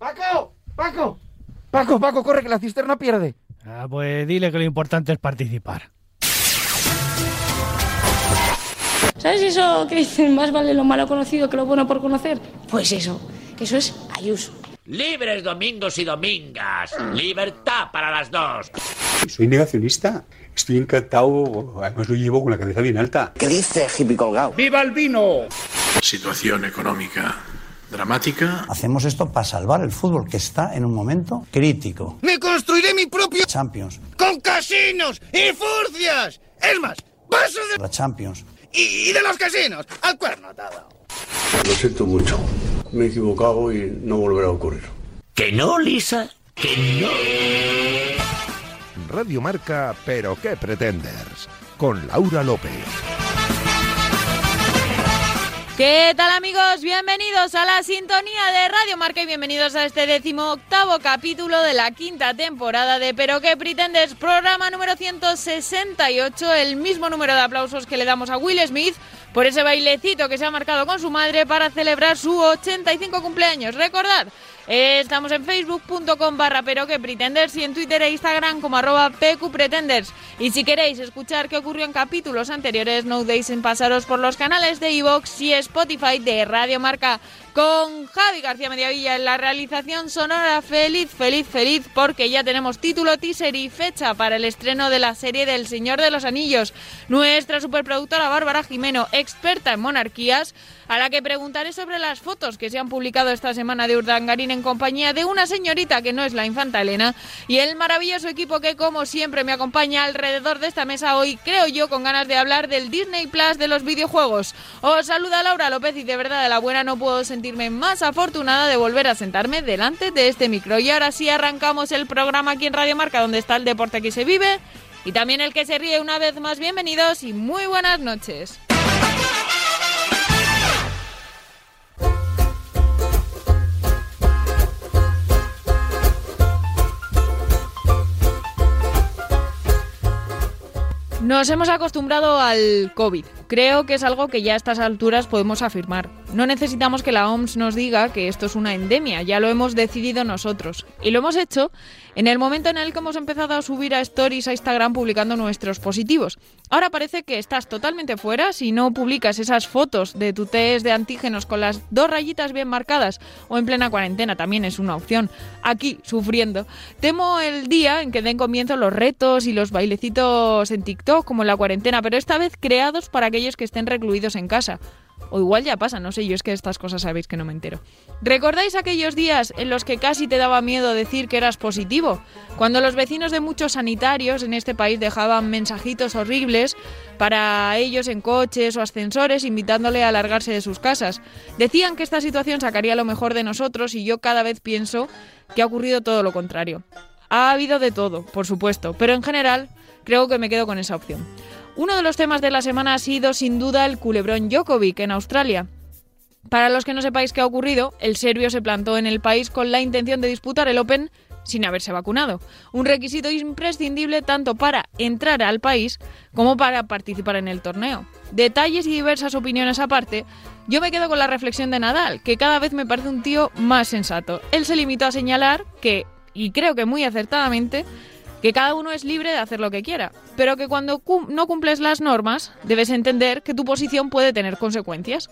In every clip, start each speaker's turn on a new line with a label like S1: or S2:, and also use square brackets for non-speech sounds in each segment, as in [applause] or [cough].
S1: ¡Paco! ¡Paco! ¡Paco, Paco, corre que la cisterna pierde!
S2: Ah, pues dile que lo importante es participar.
S3: ¿Sabes eso que dicen más vale lo malo conocido que lo bueno por conocer? Pues eso, eso es Ayuso.
S4: Libres domingos y domingas. Libertad para las dos.
S5: Soy negacionista. Estoy encantado. Además lo llevo con la cabeza bien alta.
S6: ¿Qué dice hippie colgado?
S4: ¡Viva el vino!
S7: Situación económica dramática.
S8: Hacemos esto para salvar el fútbol que está en un momento crítico.
S9: Me construiré mi propio
S8: Champions.
S9: Con casinos y furcias. Es más, paso de
S8: la Champions.
S9: Y, y de los casinos al cuerno todo.
S10: Lo siento mucho. Me he equivocado y no volverá a ocurrir.
S4: Que no, Lisa. Que
S11: no. Radio Marca, pero qué pretenders. Con Laura López.
S12: ¿Qué tal amigos? Bienvenidos a la sintonía de Radio Marca y bienvenidos a este décimo octavo capítulo de la quinta temporada de Pero qué pretendes, programa número 168, el mismo número de aplausos que le damos a Will Smith por ese bailecito que se ha marcado con su madre para celebrar su 85 cumpleaños. Recordad, eh, estamos en facebook.com barra pero que pretenders y en Twitter e Instagram como arroba pqpretenders. Y si queréis escuchar qué ocurrió en capítulos anteriores, no dudéis en pasaros por los canales de iVox y Spotify de Radio Marca. Con Javi García Mediavilla en la realización sonora feliz, feliz, feliz, porque ya tenemos título, teaser y fecha para el estreno de la serie del Señor de los Anillos. Nuestra superproductora Bárbara Jimeno, experta en monarquías, a la que preguntaré sobre las fotos que se han publicado esta semana de Urdangarín en compañía de una señorita que no es la infanta Elena y el maravilloso equipo que como siempre me acompaña alrededor de esta mesa hoy, creo yo, con ganas de hablar del Disney Plus de los videojuegos. Os saluda Laura López y de verdad de la buena no puedo sentirme más afortunada de volver a sentarme delante de este micro. Y ahora sí arrancamos el programa aquí en Radio Marca donde está el deporte que se vive. Y también el que se ríe una vez más, bienvenidos y muy buenas noches. Nos hemos acostumbrado al COVID. Creo que es algo que ya a estas alturas podemos afirmar. No necesitamos que la OMS nos diga que esto es una endemia, ya lo hemos decidido nosotros. Y lo hemos hecho en el momento en el que hemos empezado a subir a stories a Instagram publicando nuestros positivos. Ahora parece que estás totalmente fuera si no publicas esas fotos de tu test de antígenos con las dos rayitas bien marcadas o en plena cuarentena también es una opción. Aquí, sufriendo. Temo el día en que den comienzo los retos y los bailecitos en TikTok como en la cuarentena, pero esta vez creados para aquellos que estén recluidos en casa. O igual ya pasa, no sé, yo es que estas cosas sabéis que no me entero. ¿Recordáis aquellos días en los que casi te daba miedo decir que eras positivo? Cuando los vecinos de muchos sanitarios en este país dejaban mensajitos horribles para ellos en coches o ascensores invitándole a alargarse de sus casas. Decían que esta situación sacaría lo mejor de nosotros y yo cada vez pienso que ha ocurrido todo lo contrario. Ha habido de todo, por supuesto, pero en general creo que me quedo con esa opción. Uno de los temas de la semana ha sido sin duda el culebrón Djokovic en Australia. Para los que no sepáis qué ha ocurrido, el serbio se plantó en el país con la intención de disputar el Open sin haberse vacunado, un requisito imprescindible tanto para entrar al país como para participar en el torneo. Detalles y diversas opiniones aparte, yo me quedo con la reflexión de Nadal, que cada vez me parece un tío más sensato. Él se limitó a señalar que, y creo que muy acertadamente, que cada uno es libre de hacer lo que quiera, pero que cuando cum no cumples las normas debes entender que tu posición puede tener consecuencias.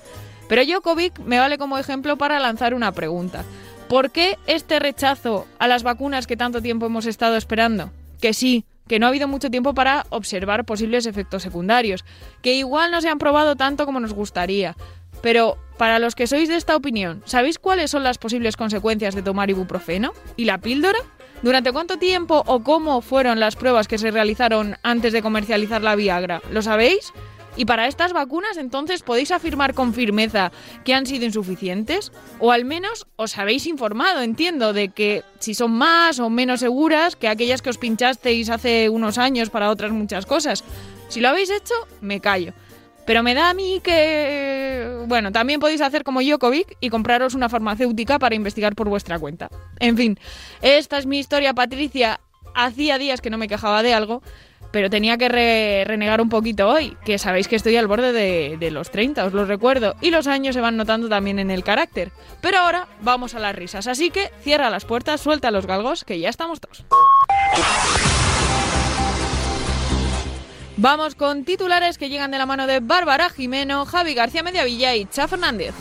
S12: Pero Jokovic me vale como ejemplo para lanzar una pregunta. ¿Por qué este rechazo a las vacunas que tanto tiempo hemos estado esperando? Que sí, que no ha habido mucho tiempo para observar posibles efectos secundarios, que igual no se han probado tanto como nos gustaría. Pero para los que sois de esta opinión, ¿sabéis cuáles son las posibles consecuencias de tomar ibuprofeno? ¿Y la píldora? ¿Durante cuánto tiempo o cómo fueron las pruebas que se realizaron antes de comercializar la Viagra? ¿Lo sabéis? ¿Y para estas vacunas entonces podéis afirmar con firmeza que han sido insuficientes? ¿O al menos os habéis informado, entiendo, de que si son más o menos seguras que aquellas que os pinchasteis hace unos años para otras muchas cosas? Si lo habéis hecho, me callo. Pero me da a mí que... Bueno, también podéis hacer como Jokovic y compraros una farmacéutica para investigar por vuestra cuenta. En fin, esta es mi historia, Patricia. Hacía días que no me quejaba de algo, pero tenía que re- renegar un poquito hoy, que sabéis que estoy al borde de, de los 30, os lo recuerdo, y los años se van notando también en el carácter. Pero ahora vamos a las risas, así que cierra las puertas, suelta los galgos, que ya estamos todos. Vamos con titulares que llegan de la mano de Bárbara Jimeno, Javi García Mediavilla y Cha Fernández.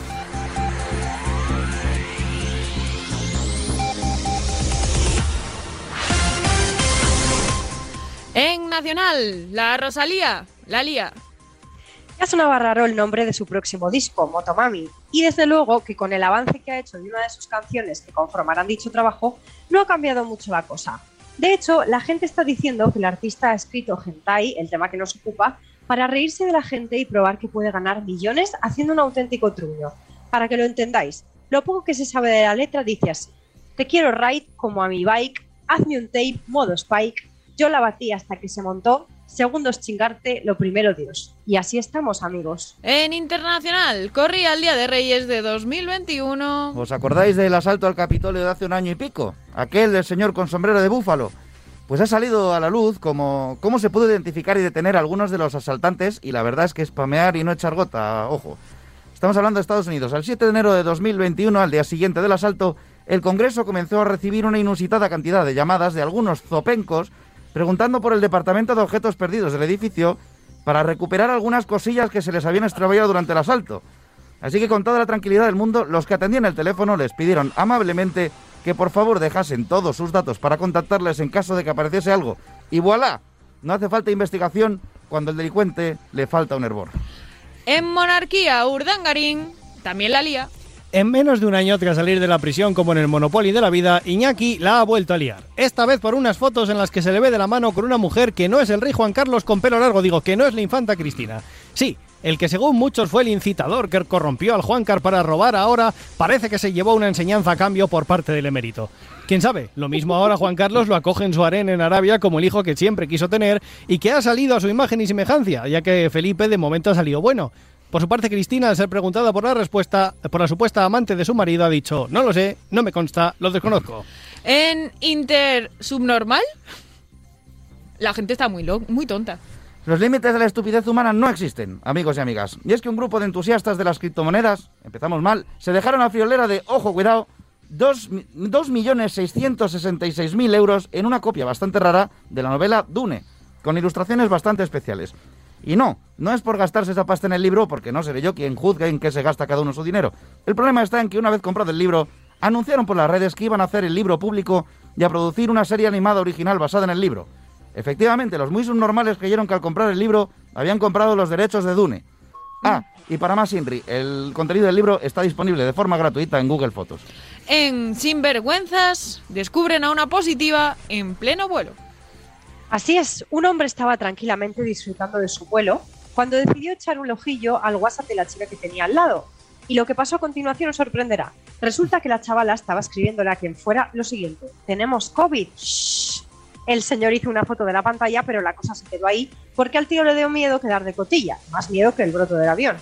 S12: En Nacional, la Rosalía, la Lía.
S6: Ya sonaba raro el nombre de su próximo disco, Motomami, y desde luego que con el avance que ha hecho de una de sus canciones que conformarán dicho trabajo, no ha cambiado mucho la cosa. De hecho, la gente está diciendo que el artista ha escrito Hentai, el tema que nos ocupa, para reírse de la gente y probar que puede ganar millones haciendo un auténtico truño. Para que lo entendáis, lo poco que se sabe de la letra dice así: Te quiero ride como a mi bike, hazme un tape, modo spike, yo la batí hasta que se montó, segundos chingarte, lo primero Dios. Y así estamos, amigos.
S12: En Internacional, corría el Día de Reyes de 2021.
S1: ¿Os acordáis del asalto al Capitolio de hace un año y pico? Aquel del señor con sombrero de búfalo. Pues ha salido a la luz como cómo se pudo identificar y detener a algunos de los asaltantes y la verdad es que spamear y no echar gota, ojo. Estamos hablando de Estados Unidos. Al 7 de enero de 2021, al día siguiente del asalto, el Congreso comenzó a recibir una inusitada cantidad de llamadas de algunos zopencos preguntando por el departamento de objetos perdidos del edificio para recuperar algunas cosillas que se les habían extraviado durante el asalto. Así que con toda la tranquilidad del mundo, los que atendían el teléfono les pidieron amablemente que por favor dejasen todos sus datos para contactarles en caso de que apareciese algo. Y voilà, no hace falta investigación cuando al delincuente le falta un hervor.
S12: En Monarquía, Urdangarín, también la lía.
S2: En menos de un año tras salir de la prisión como en el Monopoly de la vida, Iñaki la ha vuelto a liar. Esta vez por unas fotos en las que se le ve de la mano con una mujer que no es el rey Juan Carlos con pelo largo, digo, que no es la infanta Cristina. Sí, el que según muchos fue el incitador que corrompió al Juancar para robar ahora, parece que se llevó una enseñanza a cambio por parte del emérito. Quién sabe, lo mismo ahora Juan Carlos lo acoge en su harén en Arabia como el hijo que siempre quiso tener y que ha salido a su imagen y semejanza, ya que Felipe de momento ha salido bueno. Por su parte, Cristina, al ser preguntada por la respuesta, por la supuesta amante de su marido, ha dicho: No lo sé, no me consta, lo desconozco.
S12: En Inter Subnormal, la gente está muy, lo- muy tonta.
S1: Los límites de la estupidez humana no existen, amigos y amigas. Y es que un grupo de entusiastas de las criptomonedas, empezamos mal, se dejaron a friolera de, ojo, cuidado, dos mi- 2.666.000 euros en una copia bastante rara de la novela Dune, con ilustraciones bastante especiales. Y no, no es por gastarse esa pasta en el libro, porque no seré yo quien juzgue en qué se gasta cada uno su dinero. El problema está en que una vez comprado el libro, anunciaron por las redes que iban a hacer el libro público y a producir una serie animada original basada en el libro. Efectivamente, los muy subnormales creyeron que al comprar el libro habían comprado los derechos de Dune. Ah, y para más Inri, el contenido del libro está disponible de forma gratuita en Google Fotos.
S12: En Sinvergüenzas, descubren a una positiva en pleno vuelo.
S6: Así es, un hombre estaba tranquilamente disfrutando de su vuelo cuando decidió echar un ojillo al WhatsApp de la chica que tenía al lado. Y lo que pasó a continuación os sorprenderá. Resulta que la chavala estaba escribiéndole a quien fuera lo siguiente: Tenemos COVID. Shh". El señor hizo una foto de la pantalla, pero la cosa se quedó ahí porque al tío le dio miedo quedar de cotilla, más miedo que el broto del avión.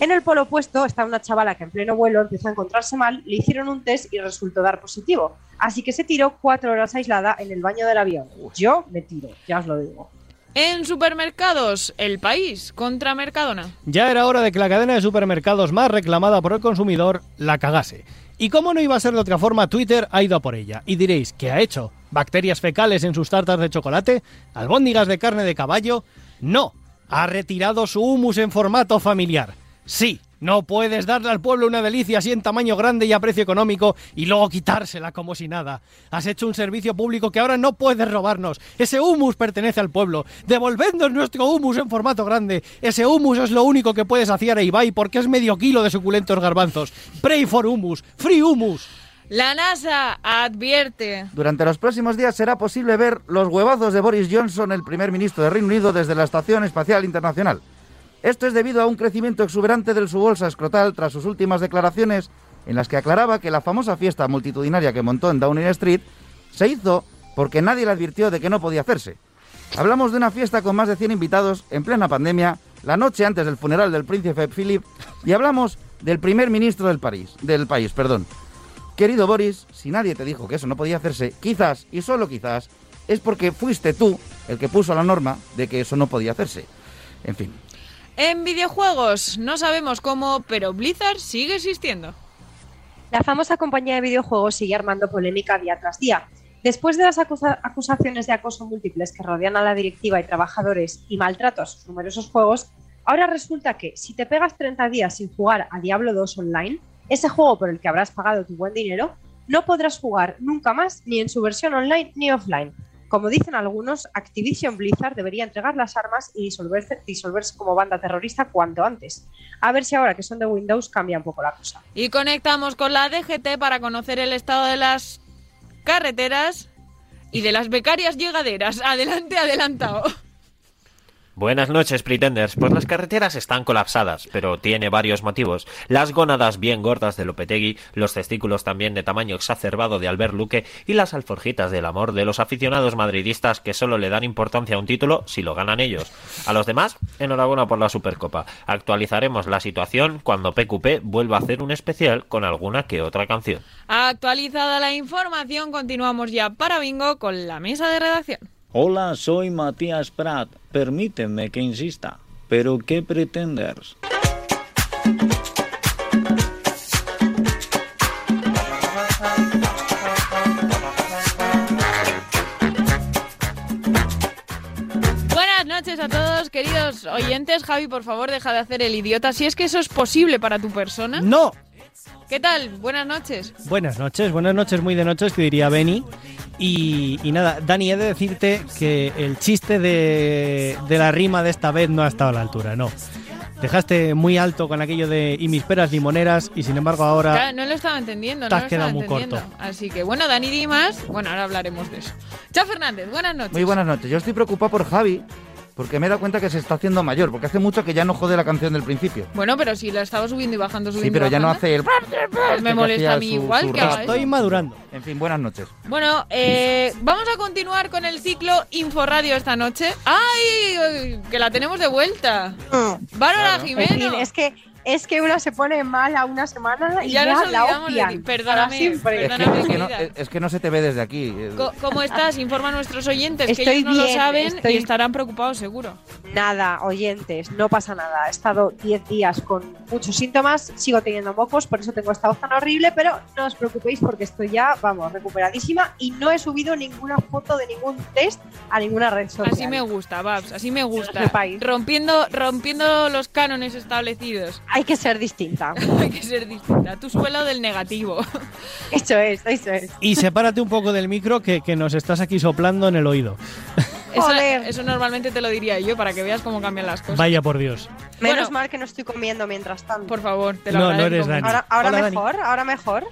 S6: En el polo opuesto está una chavala que en pleno vuelo empezó a encontrarse mal, le hicieron un test y resultó dar positivo. Así que se tiró cuatro horas aislada en el baño del avión. Yo me tiro, ya os lo digo.
S12: En supermercados, El País contra Mercadona.
S2: Ya era hora de que la cadena de supermercados más reclamada por el consumidor la cagase. Y como no iba a ser de otra forma, Twitter ha ido a por ella. Y diréis, ¿qué ha hecho? ¿Bacterias fecales en sus tartas de chocolate? ¿Albóndigas de carne de caballo? No, ha retirado su humus en formato familiar. Sí, no puedes darle al pueblo una delicia así en tamaño grande y a precio económico y luego quitársela como si nada. Has hecho un servicio público que ahora no puedes robarnos. Ese humus pertenece al pueblo. Devolvednos nuestro humus en formato grande. Ese humus es lo único que puedes saciar a Ibai porque es medio kilo de suculentos garbanzos. Pray for humus. Free humus.
S12: La NASA advierte.
S1: Durante los próximos días será posible ver los huevazos de Boris Johnson, el primer ministro de Reino Unido, desde la Estación Espacial Internacional. Esto es debido a un crecimiento exuberante de su bolsa escrotal tras sus últimas declaraciones en las que aclaraba que la famosa fiesta multitudinaria que montó en Downing Street se hizo porque nadie le advirtió de que no podía hacerse. Hablamos de una fiesta con más de 100 invitados en plena pandemia, la noche antes del funeral del príncipe Philip, y hablamos del primer ministro del, París, del país. Perdón. Querido Boris, si nadie te dijo que eso no podía hacerse, quizás y solo quizás es porque fuiste tú el que puso la norma de que eso no podía hacerse. En fin.
S12: En videojuegos, no sabemos cómo, pero Blizzard sigue existiendo.
S6: La famosa compañía de videojuegos sigue armando polémica día tras día. Después de las acusa- acusaciones de acoso múltiples que rodean a la directiva y trabajadores y maltrato a sus numerosos juegos, ahora resulta que si te pegas 30 días sin jugar a Diablo 2 Online, ese juego por el que habrás pagado tu buen dinero, no podrás jugar nunca más ni en su versión online ni offline. Como dicen algunos, Activision Blizzard debería entregar las armas y disolverse, disolverse como banda terrorista cuanto antes. A ver si ahora que son de Windows cambia un poco la cosa.
S12: Y conectamos con la DGT para conocer el estado de las carreteras y de las becarias llegaderas. [laughs] Adelante, adelantado.
S13: Buenas noches, Pretenders. Pues las carreteras están colapsadas, pero tiene varios motivos. Las gónadas bien gordas de Lopetegui, los testículos también de tamaño exacerbado de Albert Luque y las alforjitas del amor de los aficionados madridistas que solo le dan importancia a un título si lo ganan ellos. A los demás, enhorabuena por la Supercopa. Actualizaremos la situación cuando PQP vuelva a hacer un especial con alguna que otra canción.
S12: Actualizada la información, continuamos ya para Bingo con la mesa de redacción.
S14: Hola, soy Matías Prat. Permíteme que insista. ¿Pero qué pretenders?
S12: Buenas noches a todos, queridos oyentes. Javi, por favor, deja de hacer el idiota. Si es que eso es posible para tu persona.
S2: ¡No!
S12: ¿Qué tal? Buenas noches.
S2: Buenas noches, buenas noches, muy de noches, que diría Benny. Y, y nada, Dani, he de decirte que el chiste de, de la rima de esta vez no ha estado a la altura, no. Dejaste muy alto con aquello de y mis peras limoneras y sin embargo ahora...
S12: Claro, no lo estaba entendiendo.
S2: Te
S12: no
S2: has
S12: lo
S2: quedado
S12: estaba
S2: muy
S12: entendiendo.
S2: corto.
S12: Así que bueno, Dani Dimas. Bueno, ahora hablaremos de eso. Chao Fernández, buenas noches.
S1: Muy buenas noches. Yo estoy preocupado por Javi porque me he dado cuenta que se está haciendo mayor, porque hace mucho que ya no jode la canción del principio.
S12: Bueno, pero si la estaba subiendo y bajando, subiendo
S1: Sí, pero
S12: y
S1: ya no
S12: bajando.
S1: hace el...
S12: Pues
S1: [laughs]
S12: me
S1: que
S12: molesta
S1: hacía
S12: a mí
S1: su-
S12: igual
S1: su
S12: que haga
S1: rap.
S12: eso.
S2: madurando.
S1: En fin, buenas noches.
S12: Bueno, eh, vamos a continuar con el ciclo Inforradio esta noche. ¡Ay! Que la tenemos de vuelta. Bárbara Jimeno.
S6: En fin, es que es que una se pone mal a una semana y
S12: Ya
S6: ya,
S12: nos
S6: la
S12: olvidamos de ti.
S6: odian.
S12: Perdóname,
S6: para siempre.
S1: Es que, es que no, es que no se te ve desde aquí. eh,
S12: Co- ¿Cómo estás? Informa a nuestros oyentes que
S6: Estoy
S12: ellos no lo
S6: bien,
S12: saben
S6: estoy-
S12: y estarán preocupados seguro.
S6: Nada, oyentes, no pasa nada. He estado 10 días con muchos síntomas, sigo teniendo mocos, por eso tengo esta voz tan horrible, pero no os preocupéis porque estoy ya, vamos, recuperadísima y no he subido ninguna foto de ningún test a ninguna red social.
S12: Así me gusta, Babs, así me gusta.
S6: sepáis.
S12: Rompiendo, rompiendo los cánones establecidos. [clears throat]
S6: Hay que
S12: [laughs]
S6: ser distinta.
S12: Hay que ser distinta. Tu suelo del
S6: [laughs]
S12: negativo.
S6: Eso es, eso es.
S2: Y sepárate un poco del micro que, que nos estás aquí soplando en el oído.
S12: Eso, eso normalmente te lo diría yo para que veas cómo cambian las cosas.
S2: Vaya por Dios.
S6: Menos mal que no estoy comiendo mientras tanto.
S12: Por favor, te
S2: lo No, no agradezco eres Dani. mucho.
S6: Ahora, ahora
S2: Hola, Dani.
S6: mejor, ahora mejor.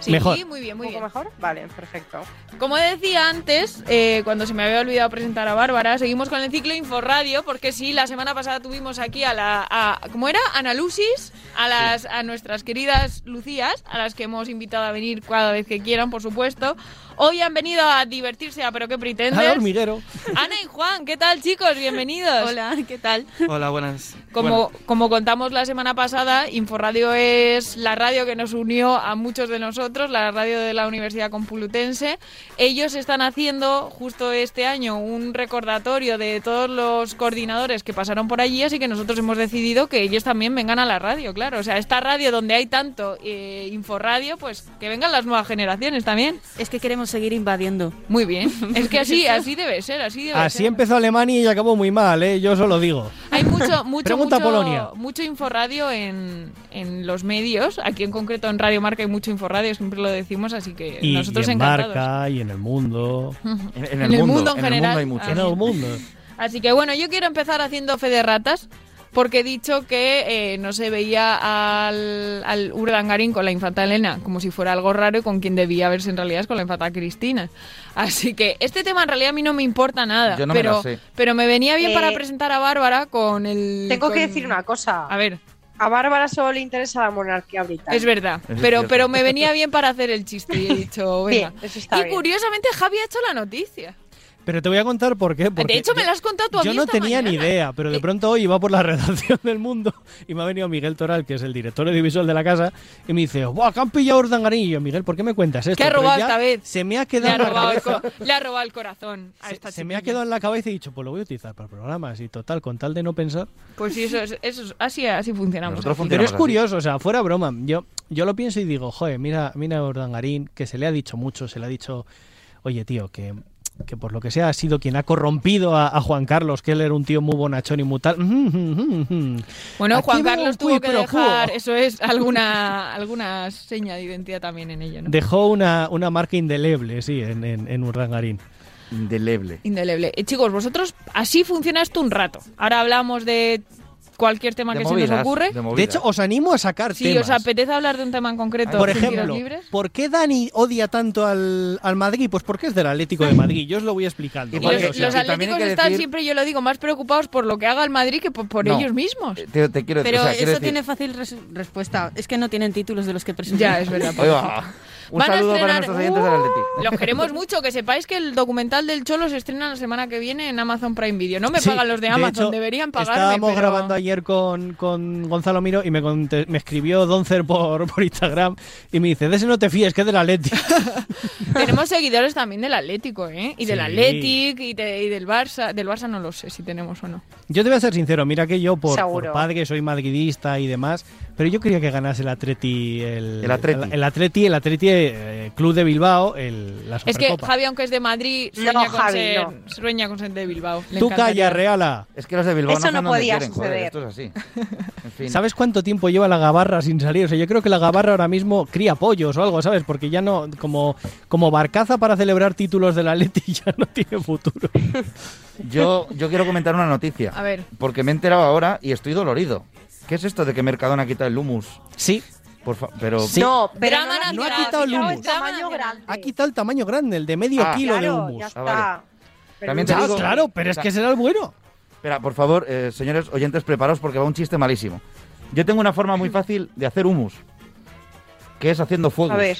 S12: Sí,
S2: Mejor.
S12: muy bien, muy
S6: ¿Un poco mejor? Vale, perfecto.
S12: Como decía antes, eh, cuando se me había olvidado presentar a Bárbara, seguimos con el ciclo Inforradio, porque sí, la semana pasada tuvimos aquí a la. A, ¿Cómo era? Analusis, a, las, a nuestras queridas Lucías, a las que hemos invitado a venir cada vez que quieran, por supuesto. Hoy han venido a divertirse, a pero qué
S15: Al
S12: pretendes.
S15: hormiguero.
S12: Ana y Juan, ¿qué tal, chicos? Bienvenidos. Hola, ¿qué tal?
S15: Hola, buenas.
S12: Como,
S15: Bueno,
S12: como contamos la semana pasada, Inforradio es la radio que nos unió a muchos de nosotros, la radio de la Universidad Complutense. Ellos están haciendo justo este año un recordatorio de todos los coordinadores que pasaron por allí, así que nosotros hemos decidido que ellos también vengan a la radio, claro. O sea, esta radio donde hay tanto eh, Inforradio, pues que vengan las nuevas generaciones también. Es que queremos seguir invadiendo. Muy bien. Es que [laughs] así, así debe ser, así debe ser.
S2: Así empezó Alemania y acabó muy mal, ¿eh? Yo solo digo.
S12: Hay mucho, mucho,
S2: Pregunta
S12: mucho,
S2: Polonia.
S12: mucho inforradio en, en los medios. Aquí en concreto en Radio Marca hay mucho inforradio, siempre lo decimos, así que
S2: Y,
S12: nosotros
S2: y en
S12: encantados.
S2: marca y en el
S12: [laughs]
S2: mundo.
S12: En- en el En el mundo, mundo en en el general. mundo hay mucho.
S2: En el mundo.
S12: Así que bueno, yo quiero empezar haciendo fe de ratas. Porque he dicho que eh, no se veía al, al Urdangarín con la infanta Elena, como si fuera algo raro y con quien debía verse en realidad es con la infanta Cristina. Así que este tema en realidad a mí no me importa nada,
S6: Yo no me
S12: pero,
S6: la sé.
S12: pero me venía bien
S6: Eh,
S12: para presentar a Bárbara con el...
S6: Tengo que
S12: con-
S6: decir una cosa.
S12: A ver.
S6: A Bárbara solo le interesa la monarquía británica.
S12: Es verdad,
S6: Eso es
S12: pero,
S6: cierto.
S12: pero me venía bien para hacer el chiste y he dicho, venga.
S6: [laughs] Bien, eso está
S12: y
S6: bien.
S12: curiosamente Javi ha hecho la noticia.
S2: Pero te voy a contar por qué. Porque
S12: de hecho, me
S2: yo-
S12: lo has contado tú a
S2: Yo
S12: mí
S2: no
S12: esta
S2: tenía ni
S12: mañana.
S2: idea, pero de pronto hoy iba por la [laughs] redacción del mundo y me ha venido Miguel Toral, que es el director audiovisual de la casa, y me dice, ¡buah, que han pillado a Urdangarín". Y yo, Miguel, ¿por qué me cuentas esto?
S12: Que ha
S2: Pero
S12: robado
S2: ya
S12: esta vez.
S2: Se me ha
S12: [laughs] Le
S2: quedado
S12: ha,
S2: en la
S12: robado el
S2: cabeza.
S12: co- le ha robado el corazón a esta
S2: Se me ha
S12: chiquilla.
S2: quedado en la cabeza y he dicho, pues lo voy a utilizar para programas y total, con tal de no pensar.
S12: Pues sí, eso, es- eso es- así, así funcionamos.
S2: Pero
S12: aquí.
S2: es curioso, o sea, fuera broma. Yo, yo lo pienso y digo, joder, mira, mira a Urdangarín, que se le ha dicho mucho, se le ha dicho, oye, tío, que, que por lo que sea ha sido quien ha corrompido a, a Juan Carlos, que él era un tío muy bonachón y muy tal. [laughs]
S12: Bueno,
S2: Aquí
S12: Juan
S2: veo
S12: Carlos
S2: un
S12: tuvo
S2: cui
S12: que
S2: pro
S12: dejar,
S2: quo.
S12: eso es, alguna, alguna seña de identidad también en ello, ¿no?
S2: Dejó una, una marca indeleble, sí, en, en, en Urdangarín.
S1: Indeleble.
S12: Indeleble. Eh, chicos, vosotros así funciona esto un rato. Ahora hablamos de cualquier tema
S2: De
S12: que se
S2: movidas,
S12: nos ocurre.
S2: de movidas. De hecho, os animo a sacar
S12: Si
S2: temas.
S12: os apetece hablar de un tema en concreto,
S2: Por
S12: sin tiros
S2: ejemplo,
S12: libres.
S2: ¿por qué Dani odia tanto al, al Madrid? Pues porque es del Atlético de Madrid. Yo os lo voy explicando.
S12: Y
S2: ¿vale?
S12: los,
S2: O sea,
S12: los atléticos están siempre, yo lo digo, más preocupados por lo que haga el Madrid que por, por
S1: No.
S12: ellos mismos.
S2: Eh,
S1: Te, te quiero
S15: Pero
S1: o sea,
S15: eso
S1: quiero decir-
S15: tiene fácil res- respuesta. Es que no tienen títulos de los que presumir.
S12: Ya,
S2: [laughs]
S12: es verdad.
S1: Ahí va. Un
S12: Van a
S1: saludo para
S12: estrenar- ¡Uh!
S1: nuestros oyentes del Atleti.
S12: Los queremos mucho, que sepáis que el documental del Cholo se estrena la semana que viene en Amazon Prime Video. No me
S2: Sí,
S12: pagan los de
S2: de
S12: Amazon,
S2: hecho,
S12: deberían pagarme.
S2: Estábamos
S12: pero-
S2: grabando [laughs] ayer con, con Gonzalo Miro y me, conte- me escribió Doncer por, [laughs] por Instagram y me dice, de ese no te fíes, que es del Atlético.
S12: Tenemos seguidores también del Atlético, ¿eh? Y del
S2: Sí.
S12: Atlético y, de- y del Barça. Del Barça no lo sé si tenemos o no.
S2: Yo te voy a ser sincero, mira que yo por,
S12: Seguro.
S2: por padre soy madridista y demás, pero yo quería que ganase el Atleti, el,
S1: El Atleti.
S2: el, el Atleti, el Atleti, eh, Club de Bilbao, el, la
S12: Es que
S2: Supercopa.
S12: Javi, aunque es de Madrid, sueña,
S15: No,
S12: con,
S15: Javi,
S12: ser,
S15: no.
S12: sueña con ser de Bilbao. Le
S2: Tú
S12: encantaría.
S2: calla, Reala.
S1: Es que los de Bilbao
S12: Eso
S1: no,
S12: no
S1: saben
S12: podía
S1: dónde quieren, joder,
S12: suceder.
S1: esto es así.
S12: [laughs]
S1: En fin.
S2: ¿Sabes cuánto tiempo lleva la gabarra sin salir? O sea, yo creo que la gabarra ahora mismo cría pollos o algo, ¿sabes? Porque ya no, como, como barcaza para celebrar títulos del Atleti [laughs] ya no tiene futuro.
S1: Yo, yo quiero comentar una noticia.
S12: A ver.
S1: Porque me he enterado ahora y estoy dolorido. ¿Qué es esto de que Mercadona ha quitado el humus?
S2: Sí.
S1: Por fa- pero
S15: No, pero
S12: Drama
S15: no,
S2: nacional, ha quitado el humus.
S15: tamaño grande.
S2: Ha quitado el tamaño grande, el de medio
S1: Ah,
S2: kilo de
S1: claro,
S2: humus.
S1: ya está. Ah,
S15: Pero
S1: También te
S2: Ya,
S1: digo-
S2: claro, pero es que será el bueno.
S1: Espera, por favor, eh, señores oyentes, preparaos porque va un chiste malísimo. Yo tengo una forma muy fácil de hacer humus, que es haciendo fuego.
S15: A ver.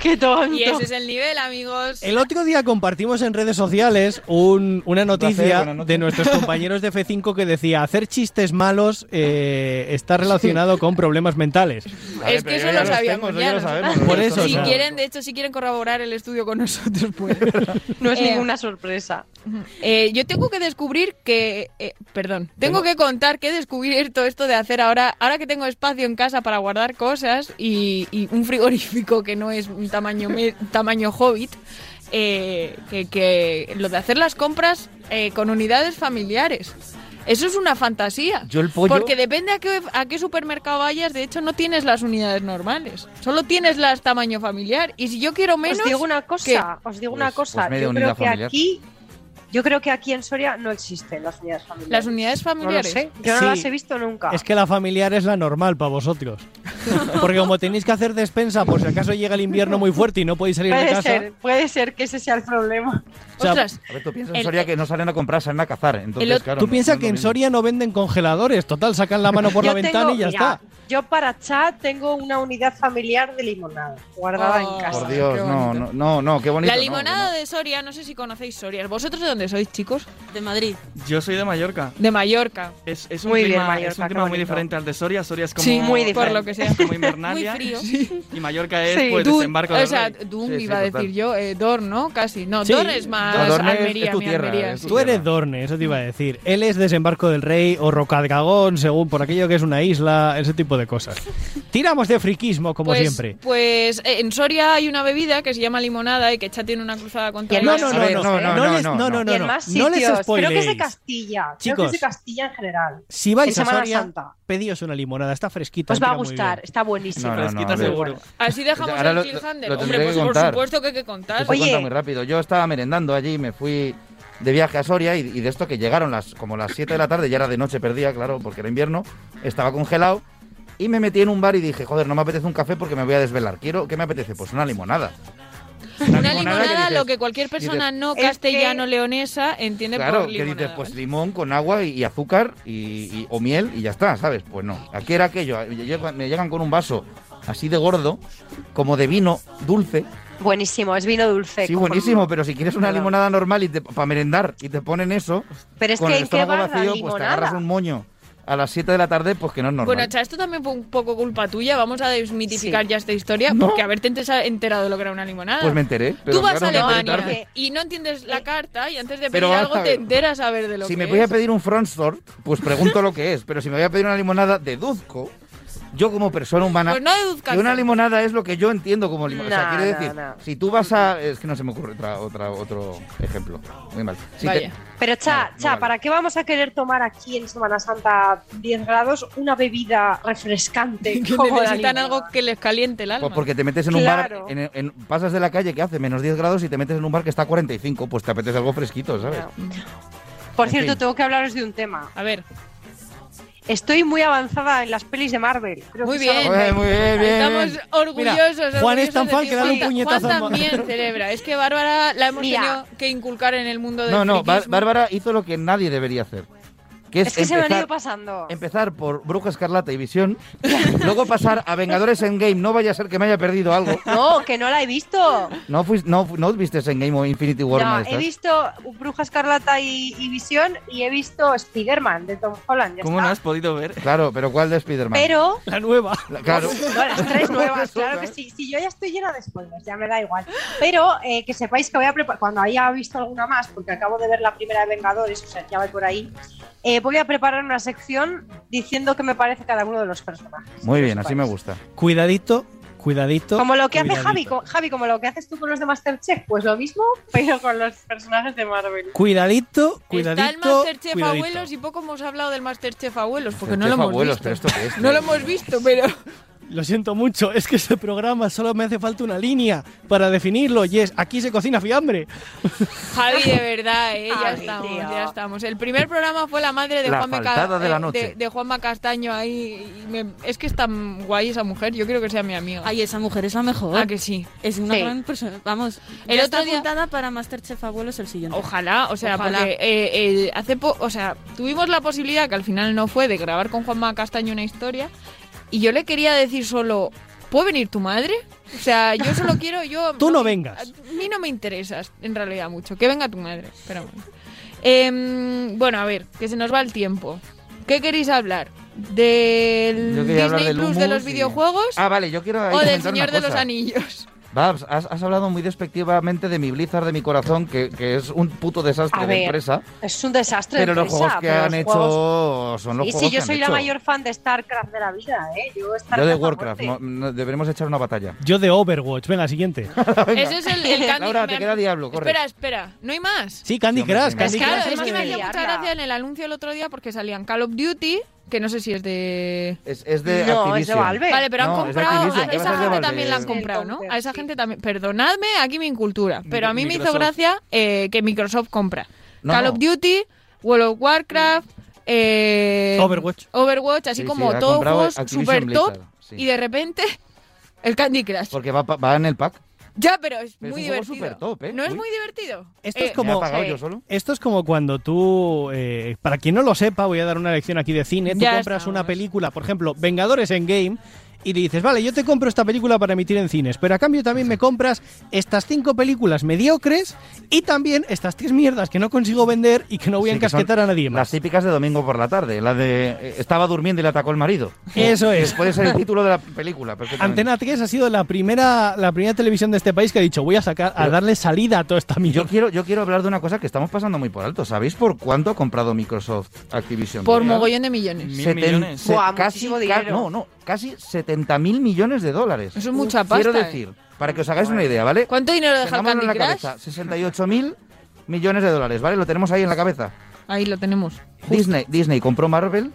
S15: Qué tonto.
S12: Y ese es el nivel, amigos.
S2: El otro día compartimos en redes sociales un- una
S1: placer,
S2: noticia
S1: buenas noches.
S2: de nuestros compañeros de F5 que decía hacer chistes malos eh, está relacionado con problemas mentales.
S12: es que eso lo sabíamos ya.
S1: lo
S12: nosotros.
S1: sabemos,
S2: Por eso,
S12: si
S2: o sea-
S12: quieren, de hecho, si quieren corroborar el estudio con nosotros, [laughs] pues.
S15: No es
S12: Eh,
S15: ninguna sorpresa.
S12: Eh, yo tengo que descubrir que. eh, perdón. Tengo, que contar que he descubierto esto de hacer ahora. Ahora que tengo espacio en casa para guardar cosas y, y un frigorífico que no es un tamaño, me- tamaño hobbit. eh, que, que lo de hacer las compras eh, con unidades familiares. Eso es una fantasía.
S1: Yo el pollo-
S12: Porque depende a qué, a qué supermercado vayas, de hecho no tienes las unidades normales. Solo tienes las tamaño familiar. Y si yo quiero menos...
S6: Os Pues digo una
S12: ¿qué?
S6: cosa, os digo una
S12: Pues-
S6: cosa.
S12: pues media
S6: yo
S12: unidad
S6: creo que
S12: familiar.
S6: aquí, yo creo que aquí en Soria no existen las unidades familiares.
S12: Las unidades familiares.
S6: No lo sé. Yo no
S2: Sí.
S6: las he visto nunca.
S2: Es que la familiar es la normal para vosotros. Porque como tenéis que hacer despensa por si acaso llega el invierno muy fuerte y no podéis salir de
S6: puede
S2: casa.
S6: ser, puede ser que ese sea el problema.
S2: o sea,
S1: A ver, tú piensas en
S6: El-
S12: e
S1: Soria que no salen a comprar, salen a cazar. Entonces,
S2: Tú
S1: claro, no- no
S2: piensas
S1: es
S2: que
S1: lo
S2: en
S1: mismo.
S2: Soria no venden congeladores. Total, sacan la mano por la
S6: Yo
S2: ventana
S6: tengo-
S2: y ya
S6: mira,
S2: está.
S6: Yo para chat tengo una unidad familiar de limonada guardada en
S1: Ah.
S6: casa.
S1: Por Dios,
S6: Qué
S1: no, no, no, no, qué bonito.
S12: Ah, la
S1: no,
S12: limonada de Soria, no sé si conocéis Soria. ¿Vosotros de dónde sois, chicos?
S15: De Madrid.
S16: Yo soy de Mallorca.
S12: De Mallorca.
S16: Es, es un
S12: Muy bien,
S16: clima,
S12: Mallorca,
S16: es un
S12: qué
S16: clima muy
S12: bonito.
S16: diferente al de Soria. Soria es como
S12: Sí, muy por
S16: diferente.
S12: lo que sea.
S16: Es como invernalia.
S12: Muy frío.
S16: Y Mallorca es pues
S12: Dun-
S16: desembarco de
S12: o sea, Dun iba a decir yo, eh, Dor, ¿no? Casi. No,
S2: Sí.
S12: Dor es más
S2: Dorne es-
S12: Almería,
S2: es tu
S12: mi
S2: tierra,
S12: Almería.
S2: Tú eres Dorne, eso te iba a decir. Él es Desembarco del Rey o Rocadragón, según por aquello que es una isla, ese tipo de cosas. Tiramos de friquismo, como
S12: pues,
S2: siempre.
S12: Pues eh, en Soria hay una bebida que se llama limonada y que Cha tiene una cruzada contra
S2: No,
S12: ella.
S2: no, no, no, no, no, les- no, no, no,
S6: Y en
S2: no,
S6: más
S2: no les
S6: sitios. creo que es de
S2: spoileéis.
S6: Castilla. creo
S2: Chicos,
S6: que es de Castilla en general.
S2: Si vais
S6: en
S2: a
S6: Semana
S2: Soria,
S6: Santa.
S2: pedíos una limonada, está fresquita.
S6: Os va a
S2: tira muy
S6: gustar,
S2: bien.
S6: está buenísimo.
S1: No, no, no, a ver.
S12: Así dejamos
S1: Ahora
S12: el
S1: lo-
S12: cliffhanger.
S1: lo
S12: Hombre,
S1: tendré
S12: pues
S1: que
S12: por
S1: contar. Pues,
S12: supuesto que hay que contar.
S1: Esto se cuenta muy rápido. Yo estaba merendando allí, me fui de viaje a Soria y, y de esto que llegaron las como las 7 de la tarde, ya era de noche perdida, claro, porque era invierno, estaba congelado y me metí en un bar y dije, joder, no me apetece un café porque me voy a desvelar. Quiero, ¿qué me apetece? Pues una limonada.
S12: una limonada,
S1: que dices-
S12: lo que cualquier persona
S1: dices-
S12: no
S1: Es que-
S12: castellano-leonesa entiende
S1: Claro,
S12: por
S1: que
S12: limonada.
S1: dices, pues limón con agua y, y azúcar y, y- o miel y ya está, ¿sabes? Pues no. Aquí era aquello, me llegan- me llegan con un vaso así de gordo, como de vino dulce,
S6: Buenísimo, es vino dulce.
S1: Sí,
S6: con-
S1: buenísimo, pero si quieres una
S6: Claro.
S1: limonada normal y para merendar y te ponen eso,
S6: Pero es
S1: con
S6: que
S1: el
S6: ¿en qué
S1: estómago
S6: va la
S1: vacío, pues te
S6: limonada?
S1: agarras un moño a las 7 de la tarde, pues que no es normal.
S12: Bueno, Cha, esto también fue un poco culpa tuya. Vamos a desmitificar ya esta historia porque haberte ente- enterado de lo que era una limonada.
S1: pues me enteré. Pero
S12: Tú vas
S1: claro,
S12: a
S1: me enteré tarde.
S12: Alemania y no entiendes la carta y antes de
S1: Pero
S12: pedir
S1: vamos
S12: algo
S1: a
S12: te
S1: ver.
S12: enteras a ver de lo
S1: Si
S12: que
S1: me voy a
S12: es.
S1: pedir un Fronsort, pues pregunto lo que es. Pero si me voy a pedir una limonada, deduzco. Yo como persona humana...
S12: Pues no deduzcas
S1: que una
S12: tanto.
S1: limonada es lo que yo entiendo como limonada. o sea,
S12: No,
S1: quiere
S12: no,
S1: decir,
S12: no.
S1: si tú vas a... Es que no se me ocurre otra, otra, otro ejemplo. Muy mal. Si te-
S6: Pero Cha, Cha, ¿para qué vamos a querer tomar aquí en Semana Santa 10 grados una bebida
S2: [laughs]
S6: refrescante?
S12: Que
S6: como la
S12: necesitan
S6: lima?
S12: algo que les caliente el alma.
S1: Pues porque te metes en
S6: Claro.
S1: un bar, en- en- pasas de la calle que hace menos 10 grados y te metes en un bar que está a 45, pues te apetece algo fresquito, ¿sabes?
S6: Por
S1: En
S6: cierto,
S1: fin.
S6: tengo que hablaros de un tema.
S12: A ver.
S6: Estoy muy avanzada en las pelis de Marvel. Creo
S12: Muy
S6: que es
S12: bien.
S6: algo que-
S1: Muy bien, bien.
S12: Estamos orgullosos.
S2: Mira, Juan es
S12: orgullosos
S2: tan
S12: de
S2: fan
S12: ti.
S2: que dale un
S12: Sí,
S2: puñetazo
S12: Juan
S2: al mar.
S12: también celebra. Es que Bárbara la hemos
S6: Mira.
S12: tenido que inculcar en el mundo del
S1: No, no, Bár-
S12: friquismo.
S1: Bárbara hizo lo que nadie debería hacer. Que es,
S6: Es que se me han
S1: empezar-
S6: ido pasando.
S1: Empezar por Bruja Escarlata y Visión, luego pasar a Vengadores Endgame, no vaya a ser que me haya perdido algo.
S6: No, que no la he visto.
S1: No, fuis- no, no viste Endgame o Infinity War una
S6: No,
S1: de
S6: he
S1: estas.
S6: visto Bruja Escarlata y, y Visión y he visto Spider-Man de Tom Holland. ya
S1: ¿Cómo
S6: está.
S1: no has podido ver? Claro, pero ¿cuál de Spider-Man?
S6: Pero-
S2: La nueva.
S1: claro.
S6: No, [laughs] las tres nuevas, claro que sí. Si yo ya estoy llena de spoilers, ya me da igual. Pero eh, que sepáis que voy a preparar, cuando haya visto alguna más, porque acabo de ver la primera de Vengadores, o sea, ya voy por ahí, eh, voy a preparar una sección diciendo qué me parece cada uno de los personajes.
S1: Muy bien, así me gusta.
S2: Cuidadito, cuidadito.
S6: Como lo que hace
S2: cuidadito.
S6: Javi, co- Javi, como lo que haces tú con los de Masterchef, pues lo mismo, pero con los personajes de Marvel.
S2: Cuidadito,
S12: Está el
S2: cuidadito.
S12: Masterchef
S2: cuidadito.
S12: Abuelos y poco hemos hablado del Masterchef Abuelos porque no
S2: Masterchef
S12: lo hemos
S2: Abuelos,
S12: visto.
S2: pero esto qué es,
S12: no
S2: tío.
S12: lo hemos visto, pero
S2: [laughs] Lo siento mucho, es que este programa solo me hace falta una línea para definirlo y es aquí se cocina fiambre.
S12: Javi, de verdad, ¿eh? ya
S6: Javi,
S12: estamos,
S6: tío.
S12: ya estamos. El primer programa fue la madre de
S1: La
S12: Juanma
S1: faltada de la
S12: eh,
S1: noche.
S12: de- de Juanma Castaño ahí. y me- es que es tan guay esa mujer, yo creo que sea mi amiga.
S15: Ay, esa mujer es la mejor.
S12: Ah, que sí.
S15: Es una
S12: Sí.
S15: gran persona. Vamos,
S12: El
S15: el otro
S12: otro
S15: está
S12: día-
S15: apuntada para Masterchef Abuelos el siguiente.
S12: Ojalá, o sea,
S15: Ojalá.
S12: porque eh, el- hace po- o sea, tuvimos la posibilidad que al final no fue de grabar con Juanma Castaño una historia y yo le quería decir solo, ¿puede venir tu madre? O sea, yo
S2: [laughs]
S12: solo quiero yo
S2: Tú no vengas.
S12: A mí no me interesas en realidad mucho, que venga tu madre, pero bueno. Em, bueno, a ver, que se nos va el tiempo. ¿Qué queréis hablar? ¿Del
S1: Yo
S12: Disney
S1: quería hablar del
S12: Plus de
S1: hummus
S12: los
S1: y-
S12: videojuegos
S1: Ah, vale, yo quiero ahí
S12: o del
S1: comentar una
S12: Señor de los
S1: cosa. [laughs]
S12: Anillos?
S1: Babs, has, has hablado muy despectivamente de mi Blizzard de mi corazón, que, que es un puto desastre
S6: A
S1: de
S6: ver,
S1: empresa.
S6: Es un desastre. de
S1: Pero los
S6: empresa,
S1: juegos que
S6: pero
S1: han
S6: los
S1: hecho
S6: juegos-
S1: son los
S6: y
S1: juegos
S6: si yo
S1: que
S6: soy
S1: han
S6: la
S1: hecho.
S6: mayor fan de StarCraft de la vida, ¿eh? Yo,
S1: Yo
S6: StarCraft
S1: de
S6: a
S1: Warcraft,
S6: muerte.
S1: no- no- deberemos echar una batalla.
S2: Yo de Overwatch, ven la siguiente.
S12: Ese es el, el
S1: [laughs]
S12: Candy
S1: Laura, te
S12: me-
S1: queda Diablo, corre.
S12: Espera, espera, no hay más.
S2: Sí, Candy
S1: Sí, hombre,
S2: Crush,
S1: sí,
S2: Candy
S1: hombre.
S12: Claro,
S2: Crush.
S12: es que me hacía
S6: liarla.
S12: mucha gracia en el anuncio el otro día porque salían Call of Duty, que no sé si es de.
S1: Es, es de
S6: No, es de
S1: Activision.
S6: Valve.
S12: Vale, pero han
S1: No, es de
S12: comprado.
S1: Activision,
S12: A
S1: ¿qué vas a
S12: esa gente
S1: llevar?
S12: también la han
S1: De-
S12: comprado, ¿no? A esa
S6: Sí.
S12: gente también. Perdonadme, aquí mi incultura, pero a mí me hizo
S17: Microsoft.
S12: gracia eh, que Microsoft compra
S1: No,
S12: Call
S1: no.
S12: of Duty, World of Warcraft. eh,
S2: Overwatch.
S12: Overwatch, así
S1: Sí,
S12: como
S1: sí, ha
S12: todos
S1: comprado
S12: juegos
S1: Activision
S12: super top.
S1: Blizzard, sí.
S12: Y de repente, [laughs] el Candy Crush.
S1: Porque va, pa- va en el pack.
S12: Ya, pero es
S1: Pero es
S12: muy
S1: un juego
S12: divertido.
S1: súper top, ¿eh?
S12: ¿No es
S1: Uy.
S12: muy divertido?
S2: Esto es
S12: Eh,
S1: Me he
S2: como
S1: apagado
S12: sí.
S1: yo solo.
S2: Esto es como cuando tú, eh, para quien no lo sepa, voy a dar una lección aquí de cine, tú
S12: Ya
S2: compras
S12: estamos.
S2: una película, por ejemplo, Vengadores en Game, y le dices, vale, yo te compro esta película para emitir en cines, pero a cambio también me compras estas cinco películas mediocres y también estas tres mierdas que no consigo vender y que no voy a
S1: Sí, que son
S2: encasquetar a nadie más.
S1: Las típicas de domingo por la tarde. La de eh, estaba durmiendo y le atacó el marido.
S2: Eso es.
S1: Puede ser el título de la película. perfectamente.
S2: Antena 3 ha sido la primera, la primera televisión de este país que ha dicho, voy a sacar, a
S1: Pero-
S2: darle salida a toda esta mierda.
S1: Yo quiero, yo quiero hablar de una cosa que estamos pasando muy por alto. ¿Sabéis por cuánto ha comprado Microsoft Activision?
S12: Por
S1: Blizzard?
S12: mogollón de millones.
S1: Seten- se-
S6: Buah,
S1: casi,
S6: muchísimo
S1: ca-
S6: dinero.
S1: no, no, casi 70 mil millones de dólares.
S12: Eso es mucha
S1: Quiero
S12: pasta, eh.
S1: decir, para que os hagáis una idea, ¿vale?
S12: ¿Cuánto dinero deja el
S1: Tengámoslo en
S12: Candy
S1: la
S12: Crush?
S1: cabeza, 68 mil millones de dólares, ¿vale? Lo tenemos ahí en la cabeza.
S12: Ahí lo tenemos.
S1: Disney, Disney compró Marvel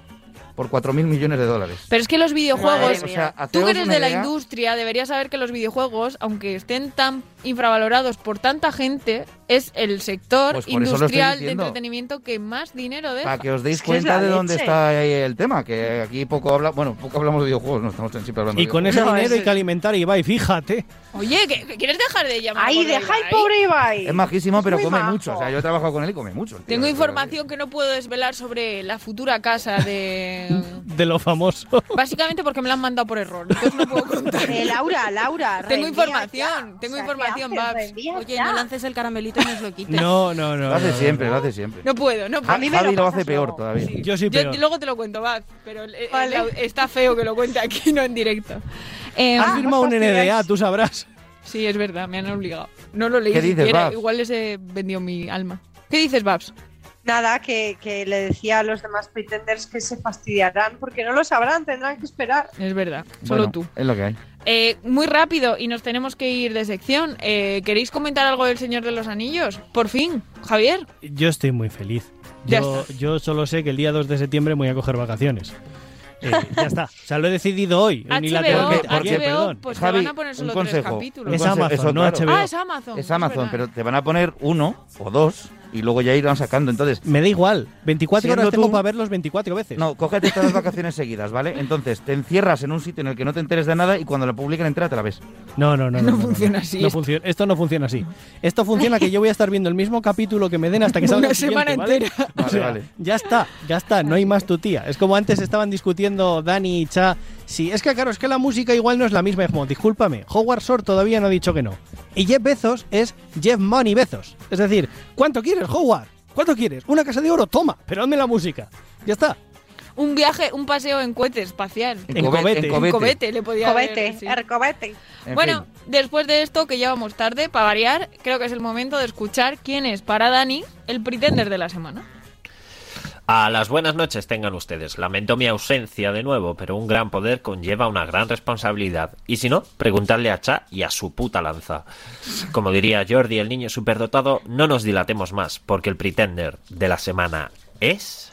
S1: por 4 mil millones de dólares.
S12: Pero es que los videojuegos,
S1: O sea, haceos
S12: tú que eres
S1: una
S12: de la
S1: idea.
S12: industria, deberías saber que los videojuegos, aunque estén tan infravalorados por tanta gente, es el sector
S1: Pues por eso lo estoy
S12: industrial de
S1: diciendo.
S12: entretenimiento que más dinero
S1: Para
S12: deja.
S1: que os deis
S6: Es que es
S1: cuenta
S6: la
S1: de dónde
S6: leche.
S1: está ahí el tema, que aquí poco habla, bueno, poco hablamos de videojuegos, no estamos siempre hablando
S2: Y
S1: de
S2: con
S1: videojuegos.
S2: ese
S6: No,
S2: dinero
S6: es-
S2: hay que alimentar a Ibai, fíjate.
S12: Oye, ¿que- que ¿quieres dejar de llamar?
S6: Ahí,
S12: gordo
S6: deja
S12: Ibai?
S6: al pobre Ibai.
S2: este-
S1: Es majísimo, pero
S6: muy
S1: come
S6: majo.
S1: mucho. O sea, yo he trabajado con él y come mucho. el tío,
S12: Tengo
S1: la verdad.
S12: información que no puedo desvelar sobre la futura casa de
S1: [laughs]
S2: de lo famoso.
S12: Básicamente porque me la han mandado por error. Entonces no
S1: [laughs]
S12: puedo contar.
S6: Eh, Laura, Laura,
S12: [laughs] Tengo
S6: reenvía
S12: información, tengo
S6: ya. O sea, ¿qué
S12: información,
S6: haces?
S12: Babs.
S6: Reenvía
S15: Oye,
S6: ya.
S15: no lances el caramelito y nos lo quites.
S2: No, no, no.
S1: Lo hace
S2: no, no.
S1: siempre, lo hace siempre.
S12: No puedo, no puedo.
S1: Ja- Javi lo hace peor todavía.
S2: Yo sí,
S12: Yo
S2: peor.
S12: luego te lo cuento, Babs, pero eh,
S6: Vale.
S12: eh, está feo que lo cuente aquí, no en directo. Eh,
S2: Has firmado un NDA, tú sabrás.
S12: Sí, es verdad, me han obligado. No lo leí
S2: ¿Qué dices,
S12: siquiera,
S2: Babs?
S12: igual les he vendido mi alma. ¿Qué dices, Babs?
S6: Nada, que, que le decía a los demás pretenders que se fastidiarán porque no lo sabrán, tendrán que esperar.
S12: Es verdad,
S1: Bueno,
S12: solo tú.
S1: Es lo que hay.
S12: Eh, muy rápido y nos tenemos que ir de sección. Eh, ¿Queréis comentar algo del Señor de los Anillos? Por fin, Javier.
S2: Yo estoy muy feliz.
S12: Ya
S2: Yo, yo solo sé que el día 2 de septiembre me voy a coger vacaciones. Eh, ya está. O sea, lo he decidido hoy.
S12: HBO,
S2: unilateralmente. Ayer,
S12: HBO,
S2: perdón.
S12: pues
S1: Javi,
S12: te van a poner
S1: un
S12: solo tres
S1: consejo,
S12: capítulos.
S1: un
S2: Es
S1: consejo,
S2: Amazon,
S1: eso,
S2: no
S1: claro.
S12: Ah, es Amazon.
S1: Es
S12: verdad.
S1: Amazon, pero te van a poner uno o dos y luego ya irán sacando. Entonces,
S2: me da igual. 24 horas tengo para
S1: verlos
S2: 24 veces.
S1: No, cógete todas las vacaciones seguidas, ¿vale? Entonces, te encierras en un sitio en el que no te enteres de nada y cuando la publican entera te la ves.
S2: No,
S12: [laughs]
S2: no, no. No,
S12: funciona así.
S2: No funciona- esto no funciona así. Esto funciona que yo voy a estar viendo el mismo capítulo que me den hasta que salga
S12: [laughs] Una
S2: el siguiente,
S12: semana
S2: ¿vale?
S12: entera.
S2: O sea,
S1: vale.
S2: Ya está, ya está, no hay más tu tía. Es como antes estaban discutiendo Dani y Cha. Sí, es que claro, es que la música igual no es la misma. Es como, discúlpame, Howard Shore todavía no ha dicho que no. Y Jeff Bezos es Jeff Money Bezos. Es decir, ¿cuánto quieres, Howard? ¿Cuánto quieres? ¿Una casa de oro? Toma, pero hazme la música. Ya está.
S12: Un viaje, un paseo en cohete espacial.
S2: En En cobete, cobete. en
S12: En
S2: cobete.
S12: cobete, le podía
S6: Cobete,
S12: haber, sí.
S6: Ercobete.
S1: En
S12: Bueno, después de esto, que ya vamos tarde, para variar, creo que es el momento de escuchar quién es para Dani el pretender de la semana.
S13: A las buenas noches tengan ustedes. Lamento mi ausencia de nuevo, pero un gran poder conlleva una gran responsabilidad. Y si no, preguntadle a Cha y a su puta lanza. Como diría Jordi, el niño superdotado, no nos dilatemos más, porque el pretender de la semana es...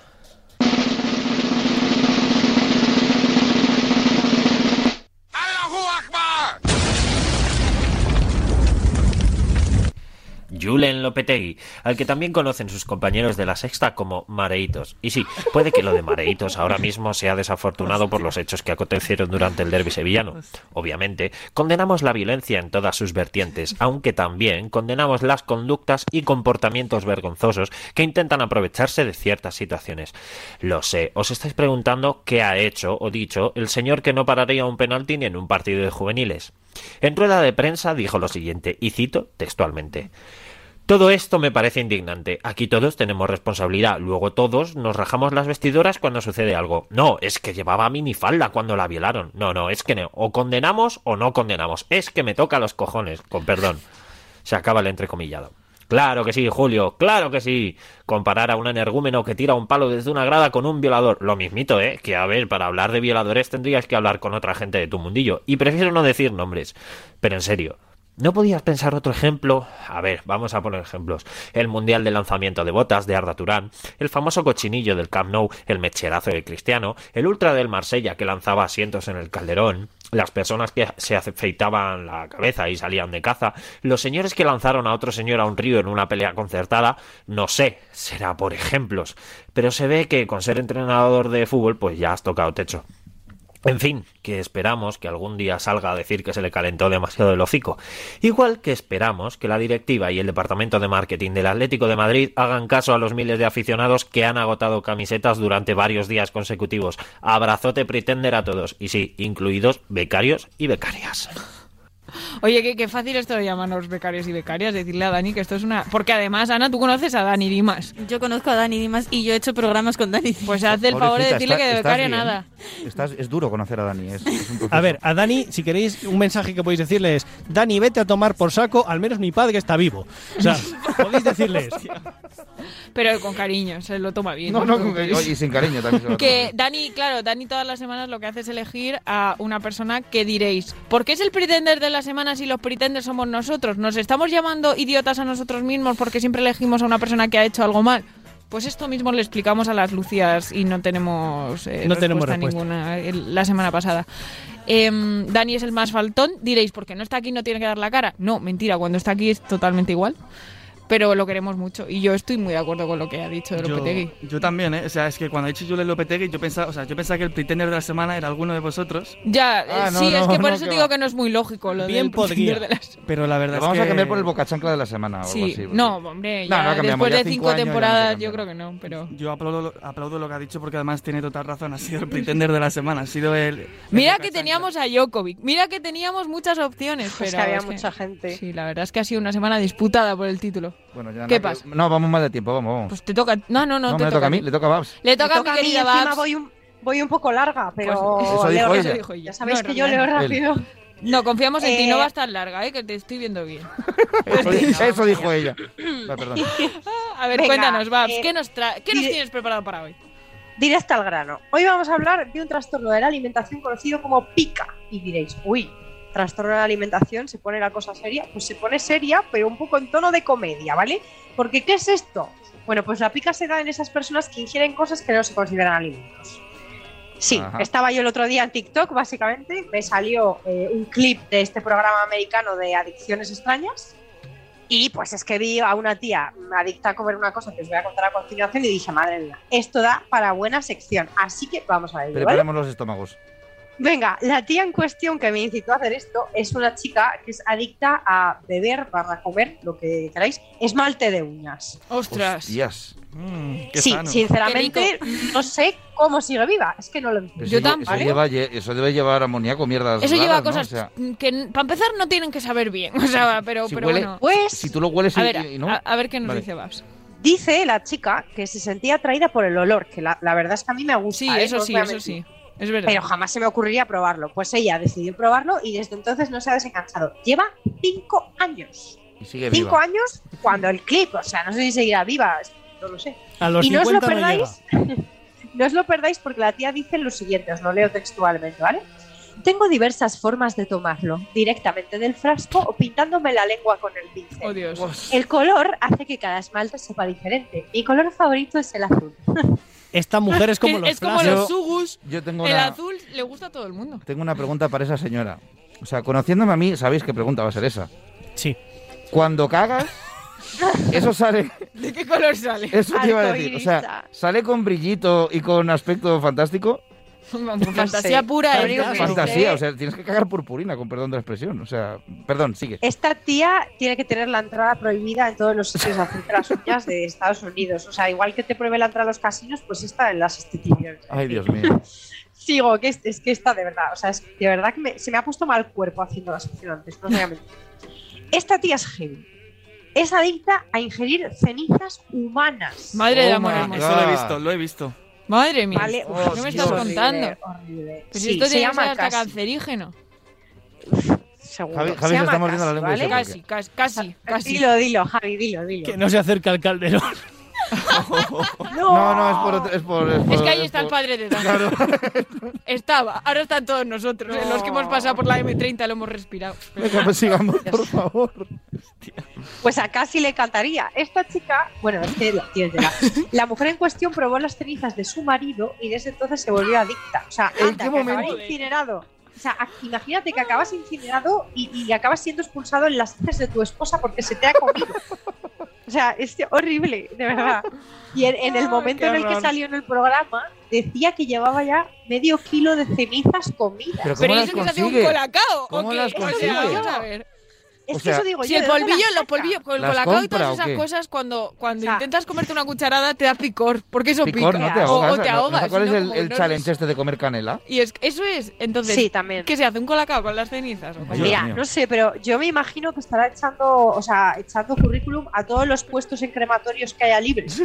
S13: Julen Lopetegui, al que también conocen sus compañeros de la sexta como Mareitos. Y sí, puede que lo de Mareitos ahora mismo sea desafortunado por los hechos que acontecieron durante el derby sevillano. Obviamente, condenamos la violencia en todas sus vertientes, aunque también condenamos las conductas y comportamientos vergonzosos que intentan aprovecharse de ciertas situaciones. Lo sé, os estáis preguntando qué ha hecho o dicho el señor que no pararía un penalti ni en un partido de juveniles. En rueda de prensa dijo lo siguiente, y cito textualmente. Todo esto me parece indignante. Aquí todos tenemos responsabilidad. Luego todos nos rajamos las vestidoras cuando sucede algo. No, es que llevaba minifalda cuando la violaron. No, no, es que no. O condenamos o no condenamos. Es que me toca los cojones. Con perdón. Se acaba el entrecomillado. Claro que sí, Julio, claro que sí. Comparar a un energúmeno que tira un palo desde una grada con un violador. Lo mismito, ¿eh? Que a ver, para hablar de violadores tendrías que hablar con otra gente de tu mundillo. Y prefiero no decir nombres. Pero en serio, ¿no podías pensar otro ejemplo? A ver, vamos a poner ejemplos. El mundial de lanzamiento de botas de Arda Turán, el famoso cochinillo del Camp Nou, el mecherazo de Cristiano, el ultra del Marsella que lanzaba asientos en el Calderón, las personas que se afeitaban la cabeza y salían de caza, los señores que lanzaron a otro señor a un río en una pelea concertada, no sé, será por ejemplos, pero se ve que con ser entrenador de fútbol pues ya has tocado techo. En fin, que esperamos que algún día salga a decir que se le calentó demasiado el hocico. Igual que esperamos que la directiva y el departamento de marketing del Atlético de Madrid hagan caso a los miles de aficionados que han agotado camisetas durante varios días consecutivos. Abrazote pretender a todos, y sí, incluidos becarios y becarias.
S12: Oye, qué, qué fácil esto de llamarnos becarios y becarias, decirle a Dani que esto es una... Porque además, Ana, tú conoces a Dani Dimas.
S15: Yo conozco a Dani Dimas y yo he hecho programas con Dani Dimas.
S12: Pues haz el favor de
S1: Pobrecita,
S12: decirle
S1: está-
S12: que de
S1: estás
S12: becario
S1: bien.
S12: nada.
S1: Estás- es duro conocer a Dani. Es,
S16: [laughs]
S1: es un proceso.
S2: A ver, a Dani, si queréis un mensaje que podéis decirle es Dani, vete a tomar por saco, al menos mi padre está vivo. O
S12: [laughs]
S2: sea, podéis decirles
S12: Pero con cariño, se lo toma bien.
S1: No, no, con- oye, y sin cariño también. se lo
S12: Que Dani, claro, Dani todas las semanas lo que hace es elegir a una persona que diréis, ¿por qué es el pretender de la semana si los pretenders somos nosotros? ¿Nos estamos llamando idiotas a nosotros mismos porque siempre elegimos a una persona que ha hecho algo mal? Pues esto mismo le explicamos a las Lucías y no tenemos, eh,
S2: No tenemos respuesta.
S12: ninguna eh, la semana pasada. Em, Dani es el más faltón, diréis, porque no está aquí no tiene que dar la cara. No, mentira, cuando está aquí es totalmente igual. pero lo queremos mucho. Y yo estoy muy de acuerdo con lo que ha dicho de Lopetegui.
S16: Yo, yo también, ¿eh? O sea, es que cuando ha dicho Julen Lopetegui, yo pensaba, o sea, yo pensaba que el pretender de la semana era alguno de vosotros.
S12: Ya, eh,
S16: Ah, no,
S12: sí, es
S16: no,
S12: que por
S16: no,
S12: eso
S16: que
S12: te digo
S16: va.
S12: que no es muy lógico lo
S16: Bien
S12: del
S16: podría.
S12: pretender de las-
S16: Pero la verdad
S1: Lo
S16: es
S1: vamos
S16: que-
S1: a cambiar por el boca chancla de la semana o algo
S12: Sí,
S1: así.
S12: no, hombre,
S1: No,
S12: ya
S1: no cambiamos,
S12: después
S1: ya
S12: de
S1: cinco
S12: cinco
S1: años ya no se
S12: temporadas
S1: cambia,
S12: yo creo que no, pero...
S16: Yo aplaudo, aplaudo lo que ha dicho porque además tiene total razón. Ha sido el pretender de la semana. Ha sido el.
S12: Mira que teníamos a Jokovic, mira que teníamos muchas opciones, pero...
S6: Pues que había mucha
S12: gente. Sí, la verdad es que ha sido una semana disputada por el título.
S1: Bueno, ya
S12: ¿Qué
S1: no,
S12: pasa?
S1: No, vamos mal de tiempo, vamos, vamos.
S12: Te toca... No, no, no,
S1: no,
S12: te
S1: me toca a mí,
S12: ti.
S1: le toca a
S12: [laughs]
S1: Babs.
S12: Le toca, a mi
S6: toca a mí,
S12: querida
S6: encima
S12: Babs.
S6: voy un, voy un poco larga, pero
S1: Pues, eso
S6: leo
S1: dijo
S6: rápido.
S1: ella.
S12: Dijo ella.
S6: Ya sabéis
S12: No,
S6: que yo leo
S12: Hernán.
S6: rápido.
S12: No, confiamos en ti,
S6: Eh,
S12: no vas tan larga, ¿eh? que te estoy viendo
S1: [laughs]
S12: bien.
S1: Eso,
S12: Pues
S1: eso dijo ella. Va,
S12: [laughs]
S1: perdón.
S12: A ver,
S6: Venga,
S12: cuéntanos, Babs,
S6: eh,
S12: ¿qué nos, tra- qué nos
S6: dire-
S12: tienes preparado para hoy?
S6: Directa al grano. Hoy vamos a hablar de un trastorno de la alimentación conocido como pica. Y diréis, uy, trastorno de la alimentación, se pone la cosa seria. Pues se pone seria, pero un poco en tono de comedia, ¿vale? Porque ¿qué es esto? Bueno, pues la pica se da en esas personas que ingieren cosas que no se consideran alimentos. Sí,
S17: Ajá.
S6: estaba yo el otro día en TikTok, básicamente, me salió eh, un clip de este programa americano de adicciones extrañas y pues es que vi a una tía adicta a comer una cosa que os voy a contar a continuación y dije, madre mía, esto da para buena sección, así que vamos a ello, ¿vale?
S1: Preparemos los estómagos.
S6: Venga, la tía en cuestión que me incitó a hacer esto es una chica que es adicta a beber, barra comer, lo que queráis, esmalte de uñas.
S12: Ostras. Mm,
S1: Hostias.
S6: sí, sinceramente, no sé cómo sigue viva, es que no lo entiendo.
S1: Eso lle- Eso, lleva, lle- eso debe llevar amoníaco, mierdas.
S12: Eso
S1: raras,
S12: lleva a cosas
S1: ¿no? O sea,
S12: que, para empezar, no tienen que saber bien. [laughs] O sea, pero,
S1: si
S12: pero
S1: huele-
S12: bueno.
S6: Pues,
S1: si tú lo hueles y-
S12: a ver,
S1: y, ¿no?
S12: a, a ver qué nos
S1: Vale.
S12: dice Babs.
S6: Dice la chica que se sentía atraída por el olor, que la, la verdad es que a mí me gusta.
S12: Sí,
S6: ¿eh?
S12: eso
S6: No os
S12: sí,
S6: voy a
S12: eso sí.
S6: mentir.
S12: Es verdad.
S6: Pero jamás se me ocurriría probarlo. Pues ella decidió probarlo y desde entonces no se ha desenganchado. Lleva cinco años.
S1: y sigue viva.
S6: Cinco años cuando el clip, o sea, no sé si seguirá viva, no lo sé.
S1: A los
S6: y no os lo
S1: 50 no
S6: perdáis, [laughs] no os lo perdáis porque la tía dice lo siguiente, os lo leo textualmente, ¿vale? Tengo diversas formas de tomarlo, directamente del frasco o pintándome la lengua con el pincel.
S12: Oh,
S6: El color hace que cada esmalte sepa diferente. Mi color favorito es el azul.
S2: Esta mujer es
S12: [laughs]
S2: como los
S12: es como
S1: frases.
S12: los
S1: Yo-
S12: sugus.
S1: Yo tengo
S12: el
S1: una-
S12: azul le gusta a todo el mundo. [laughs]
S1: Tengo una pregunta para esa señora. O sea, conociéndome a mí, sabéis qué pregunta va a ser esa.
S2: Sí.
S1: Cuando
S12: [laughs]
S1: cagas, eso sale.
S12: ¿De qué color sale?
S6: [laughs]
S1: Eso te iba a decir. O sea, sale con brillito y con aspecto fantástico.
S12: Fantasía pura.
S6: Pero
S12: eh.
S6: digo,
S1: Fantasía, o sea, tienes que cagar purpurina, con perdón de la expresión. O sea, perdón, sigue.
S6: Esta tía tiene que tener la entrada prohibida en todos los sitios de hacer las uñas de Estados Unidos. O sea, igual que te prohíbe la entrada a los casinos, pues esta en las instituciones.
S1: Ay, Dios mío.
S6: Sigo, que es, es que esta de verdad, o sea, es- de verdad que me- se me ha puesto mal cuerpo haciendo las antes, no os voy a mentir. Esta tía es heavy. Es adicta a ingerir cenizas humanas.
S12: Madre
S1: oh
S12: de amor
S16: Eso
S12: hermoso.
S16: lo he visto, lo he visto.
S12: Madre mía.
S6: Vale,
S12: Uf, ¿Qué me estás
S6: horrible,
S12: contando?
S6: horrible.
S12: Pues
S6: Sí,
S12: esto tiene
S6: se
S12: que
S6: llama
S12: ser hasta
S6: casi.
S12: cancerígeno.
S6: Seguro.
S1: Javi,
S6: Se
S1: Javi se
S6: llama
S1: está mordiendo la
S6: casi,
S1: lengua.
S6: ¿vale?
S1: y se
S12: Casi, casi, casi. casi.
S6: Dilo, dilo, Javi, dilo, dilo.
S2: Que no se acerca al calderón.
S12: [laughs]
S1: No, no, es por otro- es por- es por-
S12: Es que ahí
S1: es
S12: está el
S1: por-
S12: padre de Dan. [laughs] Estaba, ahora están todos nosotros. eh, Los que hemos pasado por la M30 lo hemos respirado.
S1: Venga, pues sigamos, por favor.
S6: Pues a casi le encantaría. Esta chica, bueno, es que la, tía es de
S12: [laughs]
S6: la- la mujer en cuestión probó las cenizas de su marido y desde entonces se volvió adicta. O sea,
S1: ¿En qué
S6: anda, que acabará
S1: momento?
S6: incinerado. O sea, a- imagínate que acabas incinerado y, y acabas siendo expulsado en las heces de tu esposa porque se te ha comido. O sea, es horrible, de verdad. Y en, en el momento
S12: qué
S6: en el que
S12: horror.
S6: salió en el programa, decía que llevaba ya medio kilo de cenizas comidas.
S1: Pero ¿cómo las
S12: eso que se hace un
S1: consigue?
S12: colacao.
S1: ¿Cómo
S12: ¿o qué?
S1: las
S12: O sea,
S1: consigue?
S12: vamos a ver.
S1: O sea,
S12: si el polvillo, los polvillos, con el
S1: ¿Las
S12: colacao y
S1: compra
S12: todas
S1: o
S12: esas
S1: qué?
S12: cosas, cuando, cuando intentas comerte
S6: [laughs]
S12: una cucharada te da picor, porque eso
S1: Picor,
S12: pica.
S1: no te
S12: o-
S1: ahogas.
S12: o, te
S1: ¿no? ¿No
S12: ahogas.
S1: ¿Cuál es
S12: ¿no?
S1: el,
S12: Como
S1: el
S12: no-
S1: challenge este de comer canela?
S12: Y es, eso es, entonces,
S6: Sí, también.
S12: ¿qué se hace? ¿Un colacao con las cenizas? o cómo?
S1: Dios
S6: Mira,
S1: mío.
S6: no sé, pero yo me imagino que estará echando, o sea, echando currículum a todos los puestos en crematorios que
S2: [laughs]
S6: haya libres.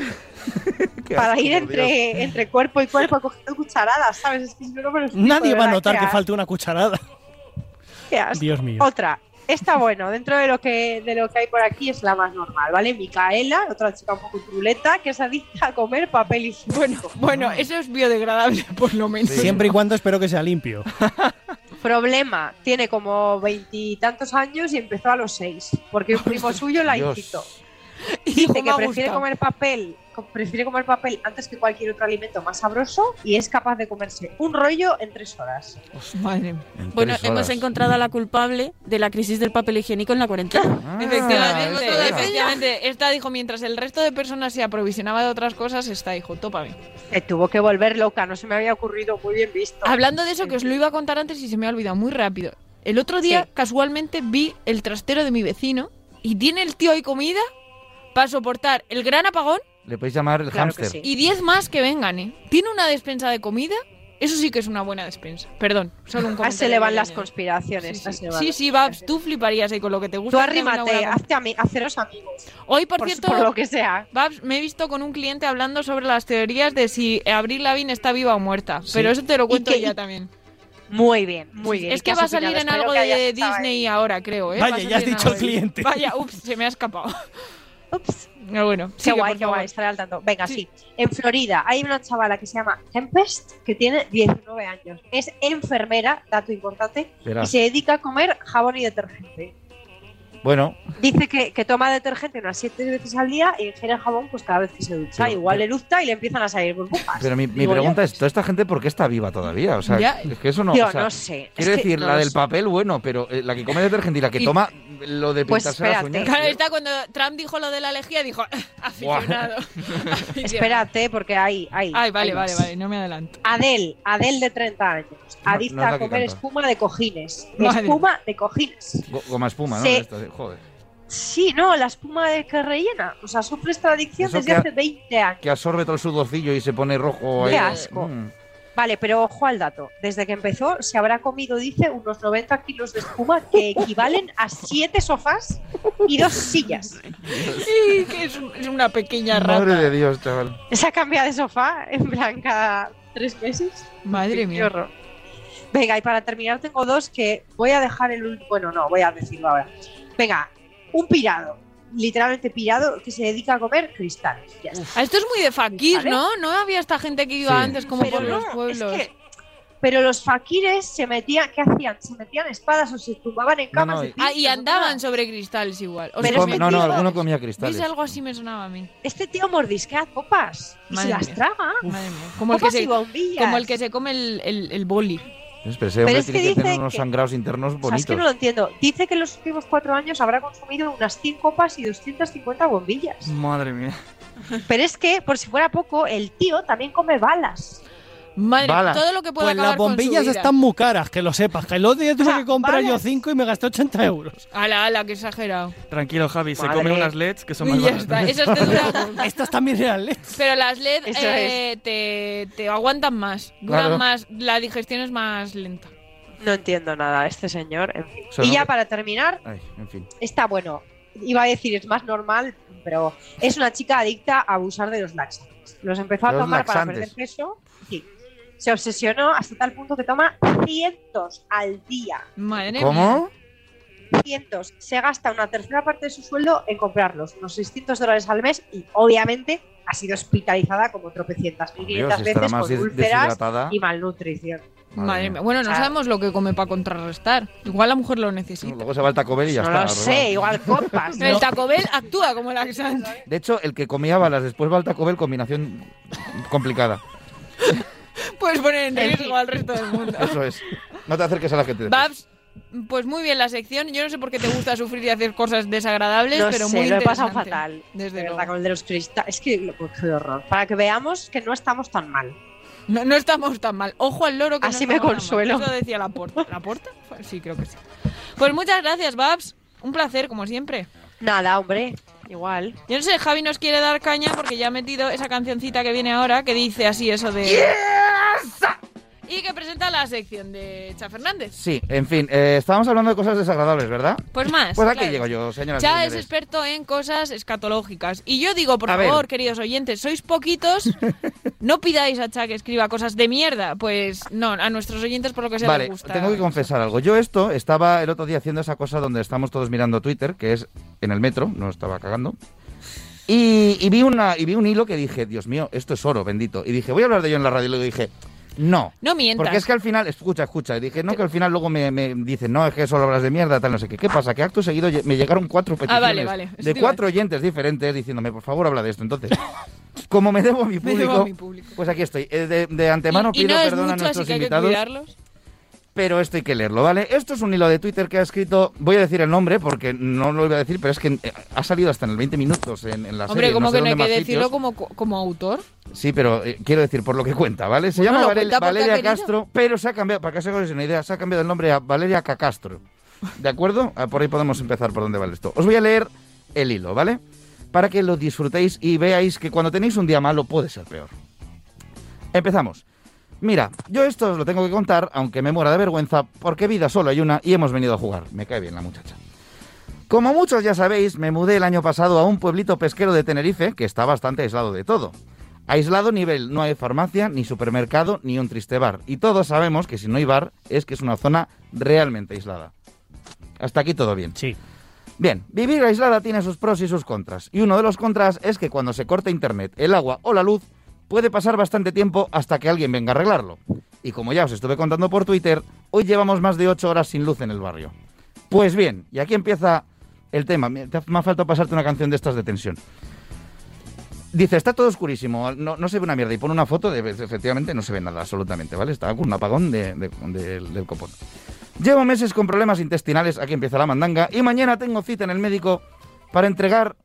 S1: Qué
S6: para
S1: asco,
S6: ir
S1: por
S6: entre, entre cuerpo y cuerpo cogiendo cucharadas, ¿sabes? Es que si no, no me lo explico,
S2: Nadie
S6: de
S2: va a
S6: verdad,
S2: notar
S6: qué
S2: que
S6: asco,
S2: falte una
S12: [laughs]
S2: cucharada.
S6: qué asco.
S2: Dios mío.
S6: Otra. Esta, bueno, dentro de lo que de lo que hay por aquí es la más normal, ¿vale? Micaela, otra chica un poco truleta, que es adicta a comer papel higiénico. Bueno,
S12: Bueno, eso es biodegradable, por lo menos.
S2: Siempre y cuando espero que sea limpio.
S6: problema, tiene como veintitantos años y empezó a los seis, porque un primo suyo la incitó. Dice
S15: me
S6: que
S15: ha
S6: prefiere
S15: gustado.
S6: comer papel, co- prefiere comer papel antes que cualquier otro alimento más sabroso y es capaz de comerse un rollo en tres horas.
S15: Madre.
S6: En
S15: Bueno, [laughs]
S6: tres
S15: hemos
S6: horas.
S15: encontrado a la culpable de la crisis del papel higiénico en la cuarentena.
S1: Ah, este
S12: Efectivamente, efectivamente. Esta dijo, mientras el resto de personas se aprovisionaba de otras cosas, esta dijo, tópame.
S6: Se tuvo que volver loca, no se me había ocurrido muy bien visto.
S12: Hablando de eso, que os lo iba a contar antes y se me ha olvidado muy rápido. El otro día, casualmente, vi el trastero de mi vecino y tiene el tío ahí comida para soportar el gran apagón
S1: Le podéis llamar el hámster.
S12: y 10 más que vengan, ¿eh? Tiene una despensa de comida. Eso sí que es una buena despensa. Perdón, solo un
S6: Ah,
S12: comentario.
S6: se le van las
S12: navideño.
S6: conspiraciones.
S12: Sí, sí, sí, sí, Babs, tú fliparías ahí con lo que te gusta.
S6: Tú
S12: tienes una
S6: arrímate,
S12: buena
S6: hazte ami- haceros amigos.
S12: Hoy, por,
S6: Por-
S12: cierto,
S6: por lo que sea.
S12: Babs, me he visto con un cliente hablando sobre las teorías de si Abril Lavigne está viva o muerta.
S6: Sí.
S12: Pero eso te lo
S6: Y
S12: cuento
S6: que-
S12: ya
S6: y-
S12: también.
S6: Muy bien, muy bien.
S12: Es que va a salir en algo de Disney ahora, creo. ¿eh?
S2: Vaya,
S12: Va a salir
S2: ya has
S12: en
S2: dicho
S12: algo
S2: al
S12: de-
S2: cliente.
S12: Vaya, ups, se me ha
S6: [laughs]
S12: escapado.
S6: Ups.
S12: Pero bueno,
S6: Qué
S12: sigue,
S6: guay,
S12: por
S6: qué
S12: favor.
S6: guay, estaré al tanto. Venga, sí. En Florida hay una chavala que se llama Tempest que tiene 19 años. Es enfermera, dato importante,
S1: Verá.
S6: y se dedica a comer jabón y detergente.
S1: Bueno,
S6: Dice que, que toma detergente unas 7 veces al día y ingiere jabón pues cada vez que se ducha. Igual eructa y le empiezan a salir burbujas.
S1: pero mi, mi
S6: Digo yo.
S1: pregunta es, ¿toda esta gente por qué está viva todavía? O sea,
S6: Ya.
S1: es que eso no...
S6: Yo
S1: o sea,
S6: no sé, es
S1: Quiero
S6: que
S1: decir,
S6: no
S1: la
S6: lo
S1: del
S6: sé.
S1: papel, bueno, pero eh, la que come detergente y la que
S12: Y-
S1: toma lo de
S6: Pues
S1: pintarse las
S6: espérate.
S1: uñas...
S12: Claro, está cuando Trump dijo lo de la lejía, dijo [laughs] aficionado. [laughs]
S6: Espérate, porque ahí, ahí.
S12: Ay, vale,
S6: ahí
S12: vale,
S6: vas.
S12: vale, no me
S6: [laughs]
S12: adelanto.
S6: Adel, Adel de 30 años,
S1: No-
S6: adicta
S1: no es la
S6: a
S1: que
S6: comer
S1: canta.
S6: espuma de cojines.
S1: Madre.
S6: Espuma de cojines.
S1: Go- Goma espuma, ¿no?
S6: Sí.
S1: De estas, eh, Joder.
S6: Sí, no, la espuma de que rellena. O sea, sufre esta adicción
S1: Eso
S6: desde
S1: que-
S6: hace 20 años.
S1: Que absorbe todo el sudorcillo y se pone rojo ahí.
S6: Qué asco.
S1: Mm.
S6: Vale, pero ojo al dato. Desde que empezó se habrá comido, dice, unos 90 kilos de espuma que equivalen a 7 sofás y dos sillas.
S12: Sí, que es, un- es una pequeña rata.
S1: Madre de Dios, chaval.
S6: Se ha cambiado de sofá en plan cada tres meses.
S12: Madre
S6: Qué
S12: mía.
S6: horror. Venga, y para terminar tengo dos que voy a dejar el último. Bueno, no, voy a decirlo ahora. Venga, un pirado, literalmente pirado, que se dedica a comer cristales. Ya está.
S12: Ah, Esto es muy de fakir,
S6: ¿Vale?
S12: ¿no? No había esta gente que iba
S6: Sí.
S12: antes como
S6: Pero
S12: por los
S6: no, es
S12: pueblos.
S6: que- Pero los faquires se metían, ¿qué hacían? Se metían espadas o se tumbaban en
S1: No,
S6: camas.
S1: no,
S6: de
S1: y-
S12: Ah, y
S6: tigres,
S12: andaban sobre cristales igual. O
S1: Come-
S12: sea,
S1: no, no,
S12: ¿viste?
S1: alguno comía
S12: ¿Viste?
S1: cristales.
S12: Algo así me sonaba a mí.
S6: Este tío mordisquea copas y
S12: Madre
S6: se las
S12: mía.
S6: traga.
S12: Madre mía. Como el, que
S6: Copas
S12: se,
S6: y bombillas.
S12: como el que se come el, el, el boli.
S1: Es, Pero ese hombre
S6: es que
S1: tiene que tener
S6: dice
S1: unos
S6: que-
S1: sangrados internos
S6: O sea,
S1: bonitos.
S6: es que no lo entiendo. Dice que en los últimos cuatro años habrá consumido unas 100 copas y 250 bombillas.
S16: Madre mía.
S6: Pero es que, por si fuera poco, el tío también come balas.
S12: Madre,
S2: Bala.
S12: todo lo que pueda
S2: Pues las
S12: acabar con su
S2: bombillas
S12: vida.
S2: están muy caras, que lo sepas. Que el otro día tuve que comprar yo
S12: balas.
S2: 5 y me gasté 80
S12: [laughs]
S2: euros.
S12: Ala, ala, qué exagerado.
S16: Tranquilo, Javi, se
S2: Madre.
S16: come unas LEDs que son
S2: Y
S16: más
S2: ya
S12: está,
S16: baratas.
S12: eso es de dura-
S2: Estas también eran LED.
S12: Pero las LED
S2: Eso
S12: eh, te, te aguantan más. Duran
S6: Claro.
S12: más. La digestión es más lenta.
S6: No entiendo nada, este señor. en fin.
S1: Solo
S6: y ya
S1: que-
S6: para terminar,
S1: Ay, en fin.
S6: está bueno. Iba a decir, es más normal, pero es una chica adicta a abusar de los laxantes. Los empezó a
S1: Los
S6: tomar para
S1: laxantes.
S6: perder peso. Sí. Se obsesionó hasta tal punto que toma cientos al día.
S12: Madre
S1: ¿Cómo?
S6: cientos. Se gasta una tercera parte de su sueldo en comprarlos, unos 600 dólares al mes y obviamente ha sido hospitalizada como tropecientas, mil
S1: Dios,
S6: quinientas
S1: estará
S6: veces
S1: más
S6: con
S1: des-
S6: úlceras
S1: deshidratada.
S6: y malnutrición.
S12: Madre, mía. Bueno, no
S6: O sea,
S12: sabemos lo que come para contrarrestar. Igual la mujer lo necesita.
S1: Luego se va al Taco Bell y ya
S6: No
S1: está.
S6: lo
S1: arreglado.
S6: sé, igual
S12: [laughs]
S6: copas.
S12: El
S6: ¿no?
S12: Taco Bell actúa como laxante.
S1: De hecho, el que comía balas después va al Taco Bell, combinación
S12: [laughs]
S1: complicada.
S12: [laughs] Puedes poner en
S6: En
S12: riesgo al resto del
S1: [laughs]
S12: mundo.
S1: Eso es. No te acerques a la gente.
S12: Babs, pues muy bien la sección. Yo no sé por qué te gusta sufrir y hacer cosas desagradables,
S6: No
S12: pero
S6: sé,
S12: muy
S6: lo he pasado
S12: interesante.
S6: fatal.
S12: Desde
S6: de
S12: luego.
S6: verdad, con el de los cristales. Es que lo- qué horror. Para que veamos que no estamos tan mal.
S12: No, no estamos tan mal. Ojo al loro que no
S6: Así
S12: estamos
S6: me
S12: tan mal.
S6: consuelo.
S12: Eso decía la porta. ¿La porta? Sí, creo que sí. Pues muchas gracias, Babs. Un placer, como siempre.
S6: Nada, hombre. Igual.
S12: Yo no sé, Javi nos quiere dar caña porque ya ha metido esa cancioncita que viene ahora que dice así eso de. Y que presenta la sección de Cha Fernández.
S1: Sí, en fin, eh, estábamos hablando de cosas desagradables, ¿verdad?
S12: Pues más,
S1: Pues aquí
S12: claro.
S1: llego yo, señoras y
S12: Ya es
S1: señores.
S12: experto en cosas escatológicas. Y yo digo, por
S1: A ver.
S12: favor, queridos oyentes,
S1: [laughs]
S12: sois poquitos, no pidáis a Cha que escriba cosas de mierda. Pues no, a nuestros oyentes por lo que sea
S1: Vale,
S12: les gusta.
S1: tengo que confesar algo. Yo esto estaba el otro día haciendo esa cosa donde estamos todos mirando Twitter, que es en el metro, no estaba cagando. Y, y vi una, y vi un hilo que dije, Dios mío, esto es oro, bendito. Y dije, voy a hablar de ello en la radio. Y luego dije, No.
S12: No mientas.
S1: Porque es que al final, escucha, escucha, dije, no, que al final luego me, me dicen, no, es que son obras de mierda, tal, no sé qué. ¿Qué pasa? Que acto seguido ye- me llegaron cuatro peticiones
S12: Ah, vale, vale. Eso te
S1: de
S12: iba a
S1: cuatro oyentes diferentes diciéndome, por favor, habla de esto. Entonces, como me debo a mi
S12: [laughs] Me
S1: público,
S12: debo a mi público.
S1: pues aquí estoy. Eh, De, de antemano
S12: y, y
S1: pido
S12: no es
S1: perdón a
S12: mucho, así
S1: nuestros
S12: que hay que
S1: invitados
S12: cuidarlos.
S1: pero esto hay que leerlo, ¿vale? Esto es un hilo de Twitter que ha escrito, voy a decir el nombre porque no lo iba a decir, pero es que eh, ha salido hasta en el 20 minutos en, en la
S12: Hombre,
S1: serie,
S12: como
S1: no sé
S12: que no hay
S1: dónde
S12: que
S1: más
S12: decirlo
S1: sitios.
S12: como, como autor.
S1: Sí, pero eh, quiero decir por lo que cuenta, ¿vale? Se
S12: Bueno,
S1: llama
S12: lo
S1: Varel-
S12: cuenta porque ha
S1: Valeria
S12: querido.
S1: Castro, pero se ha cambiado, para que os hagáis una idea, se ha cambiado el nombre a Valeria Cacastro. ¿De acuerdo? Ah, Por ahí podemos empezar por dónde vale esto. Os voy a leer el hilo, ¿vale? Para que lo disfrutéis y veáis que cuando tenéis un día malo puede ser peor. Empezamos. Mira, yo esto os lo tengo que contar, aunque me muera de vergüenza, porque vida solo hay una y hemos venido a jugar. Me cae bien la muchacha. Como muchos ya sabéis, me mudé el año pasado a un pueblito pesquero de Tenerife que está bastante aislado de todo. Aislado nivel, no hay farmacia, ni supermercado, ni un triste bar. Y todos sabemos que si no hay bar es que es una zona realmente aislada. Hasta aquí todo bien.
S2: Sí.
S1: Bien, vivir aislada tiene sus pros y sus contras. Y uno de los contras es que cuando se corta internet, el agua o la luz, puede pasar bastante tiempo hasta que alguien venga a arreglarlo. Y como ya os estuve contando por Twitter, hoy llevamos más de 8 horas sin luz en el barrio. Pues bien, y aquí empieza el tema. Me, te- me ha faltado pasarte una canción de estas de tensión. Dice, está todo oscurísimo, no, no se ve una mierda. Y pone una foto de, efectivamente, no se ve nada absolutamente, ¿vale? Está con un apagón de- de- de- del copón. Llevo meses con problemas intestinales, aquí empieza la mandanga, y mañana tengo cita en el médico para entregar...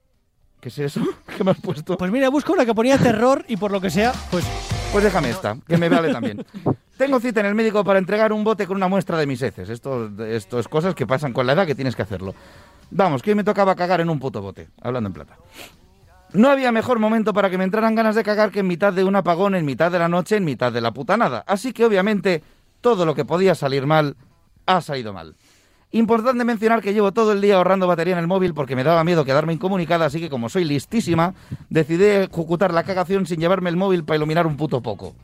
S1: ¿Qué es eso? [laughs] ¿Qué me has puesto?
S2: Pues mira, busco una que ponía terror y por lo que sea, pues...
S1: Pues déjame esta, que me vale también. Tengo cita en el médico para entregar un bote con una muestra de mis heces. Esto, esto es cosas que pasan con la edad que tienes que hacerlo. Vamos, que hoy me tocaba cagar en un puto bote, hablando en plata. No había mejor momento para que me entraran ganas de cagar que en mitad de un apagón, en mitad de la noche, en mitad de la puta nada. Así que obviamente todo lo que podía salir mal ha salido mal. Importante mencionar que llevo todo el día ahorrando batería en el móvil porque me daba miedo quedarme incomunicada, así que como soy listísima, decidí ejecutar la cagación sin llevarme el móvil para iluminar un puto poco.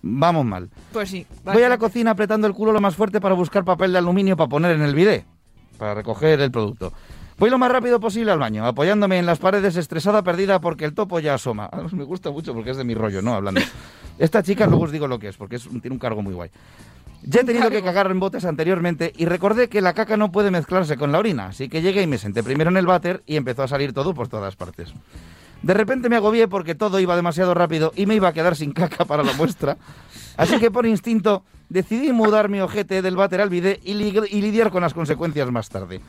S1: Vamos mal.
S12: Pues sí.
S1: Voy a la cocina apretando el culo lo más fuerte para buscar papel de aluminio para poner en el bidé, para recoger el producto. Voy lo más rápido posible al baño, apoyándome en las paredes, estresada, perdida, porque el topo ya asoma. [laughs] Ah, Me gusta mucho porque es de mi rollo, ¿no? Hablando. Esta chica luego os digo lo que es, porque es un- tiene un cargo muy guay. Ya he tenido que cagar en botes anteriormente y recordé que la caca no puede mezclarse con la orina, así que llegué y me senté primero en el váter y empezó a salir todo por todas partes. De repente me agobié porque todo iba demasiado rápido y me iba a quedar sin caca para la muestra. Así que por instinto decidí mudar mi ojete del váter al bidé y, li- y lidiar con las consecuencias más tarde.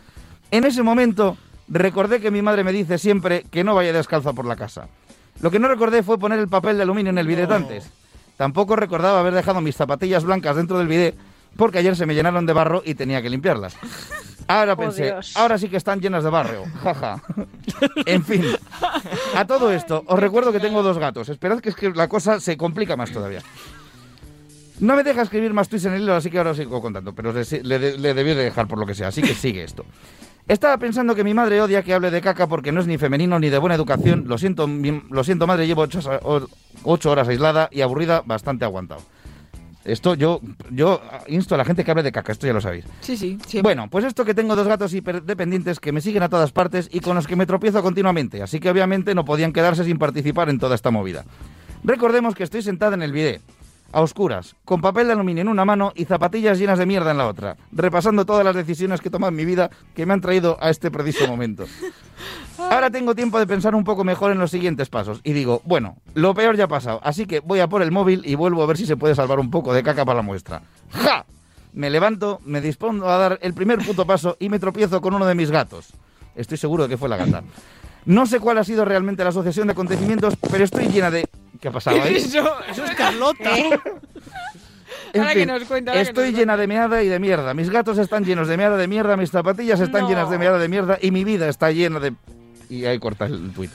S1: En ese momento recordé que mi madre me dice siempre que no vaya descalza por la casa. Lo que no recordé fue poner el papel de aluminio en el bidet antes. Tampoco recordaba haber dejado mis zapatillas blancas dentro del bidet porque ayer se me llenaron de barro y tenía que limpiarlas. Ahora
S6: Oh,
S1: pensé,
S6: Dios.
S1: ahora sí que están llenas de barro, jaja. En fin, a todo esto, os recuerdo que tengo dos gatos. Esperad que es que la cosa se complica más todavía. No me deja escribir más tweets en el hilo, así que ahora os sigo contando, pero le, le- le debí de dejar por lo que sea, así que sigue esto. Estaba pensando que mi madre odia que hable de caca porque no es ni femenino ni de buena educación. Lo siento, mi- lo siento madre, llevo ocho, sa- o- ocho horas aislada y aburrida, bastante aguantado. Esto yo, yo insto a la gente que hable de caca, esto ya lo sabéis.
S12: Sí, sí. siempre.
S1: Bueno, pues esto que tengo dos gatos hiperdependientes que me siguen a todas partes y con los que me tropiezo continuamente, así que obviamente no podían quedarse sin participar en toda esta movida. Recordemos que estoy sentada en el bidé, a oscuras, con papel de aluminio en una mano y zapatillas llenas de mierda en la otra, repasando todas las decisiones que he tomado en mi vida que me han traído a este preciso momento. Ahora tengo tiempo de pensar un poco mejor en los siguientes pasos y digo, bueno, lo peor ya ha pasado, así que voy a por el móvil y vuelvo a ver si se puede salvar un poco de caca para la muestra. ¡Ja! Me levanto, me dispongo a dar el primer puto paso y me tropiezo con uno de mis gatos. Estoy seguro de que fue la gata. No sé cuál ha sido realmente la asociación de acontecimientos, pero estoy llena de... ¿Qué ha pasado ahí?
S2: Eso, eso es Carlota.
S6: Eh,
S1: En
S12: Ahora que
S1: fin,
S12: nos cuenta, ahora que
S1: estoy
S12: nos
S1: llena de meada y de mierda. Mis gatos están llenos de meada de mierda, mis zapatillas están
S12: No.
S1: llenas de meada de mierda y mi vida está llena de... Y ahí corta el tuit.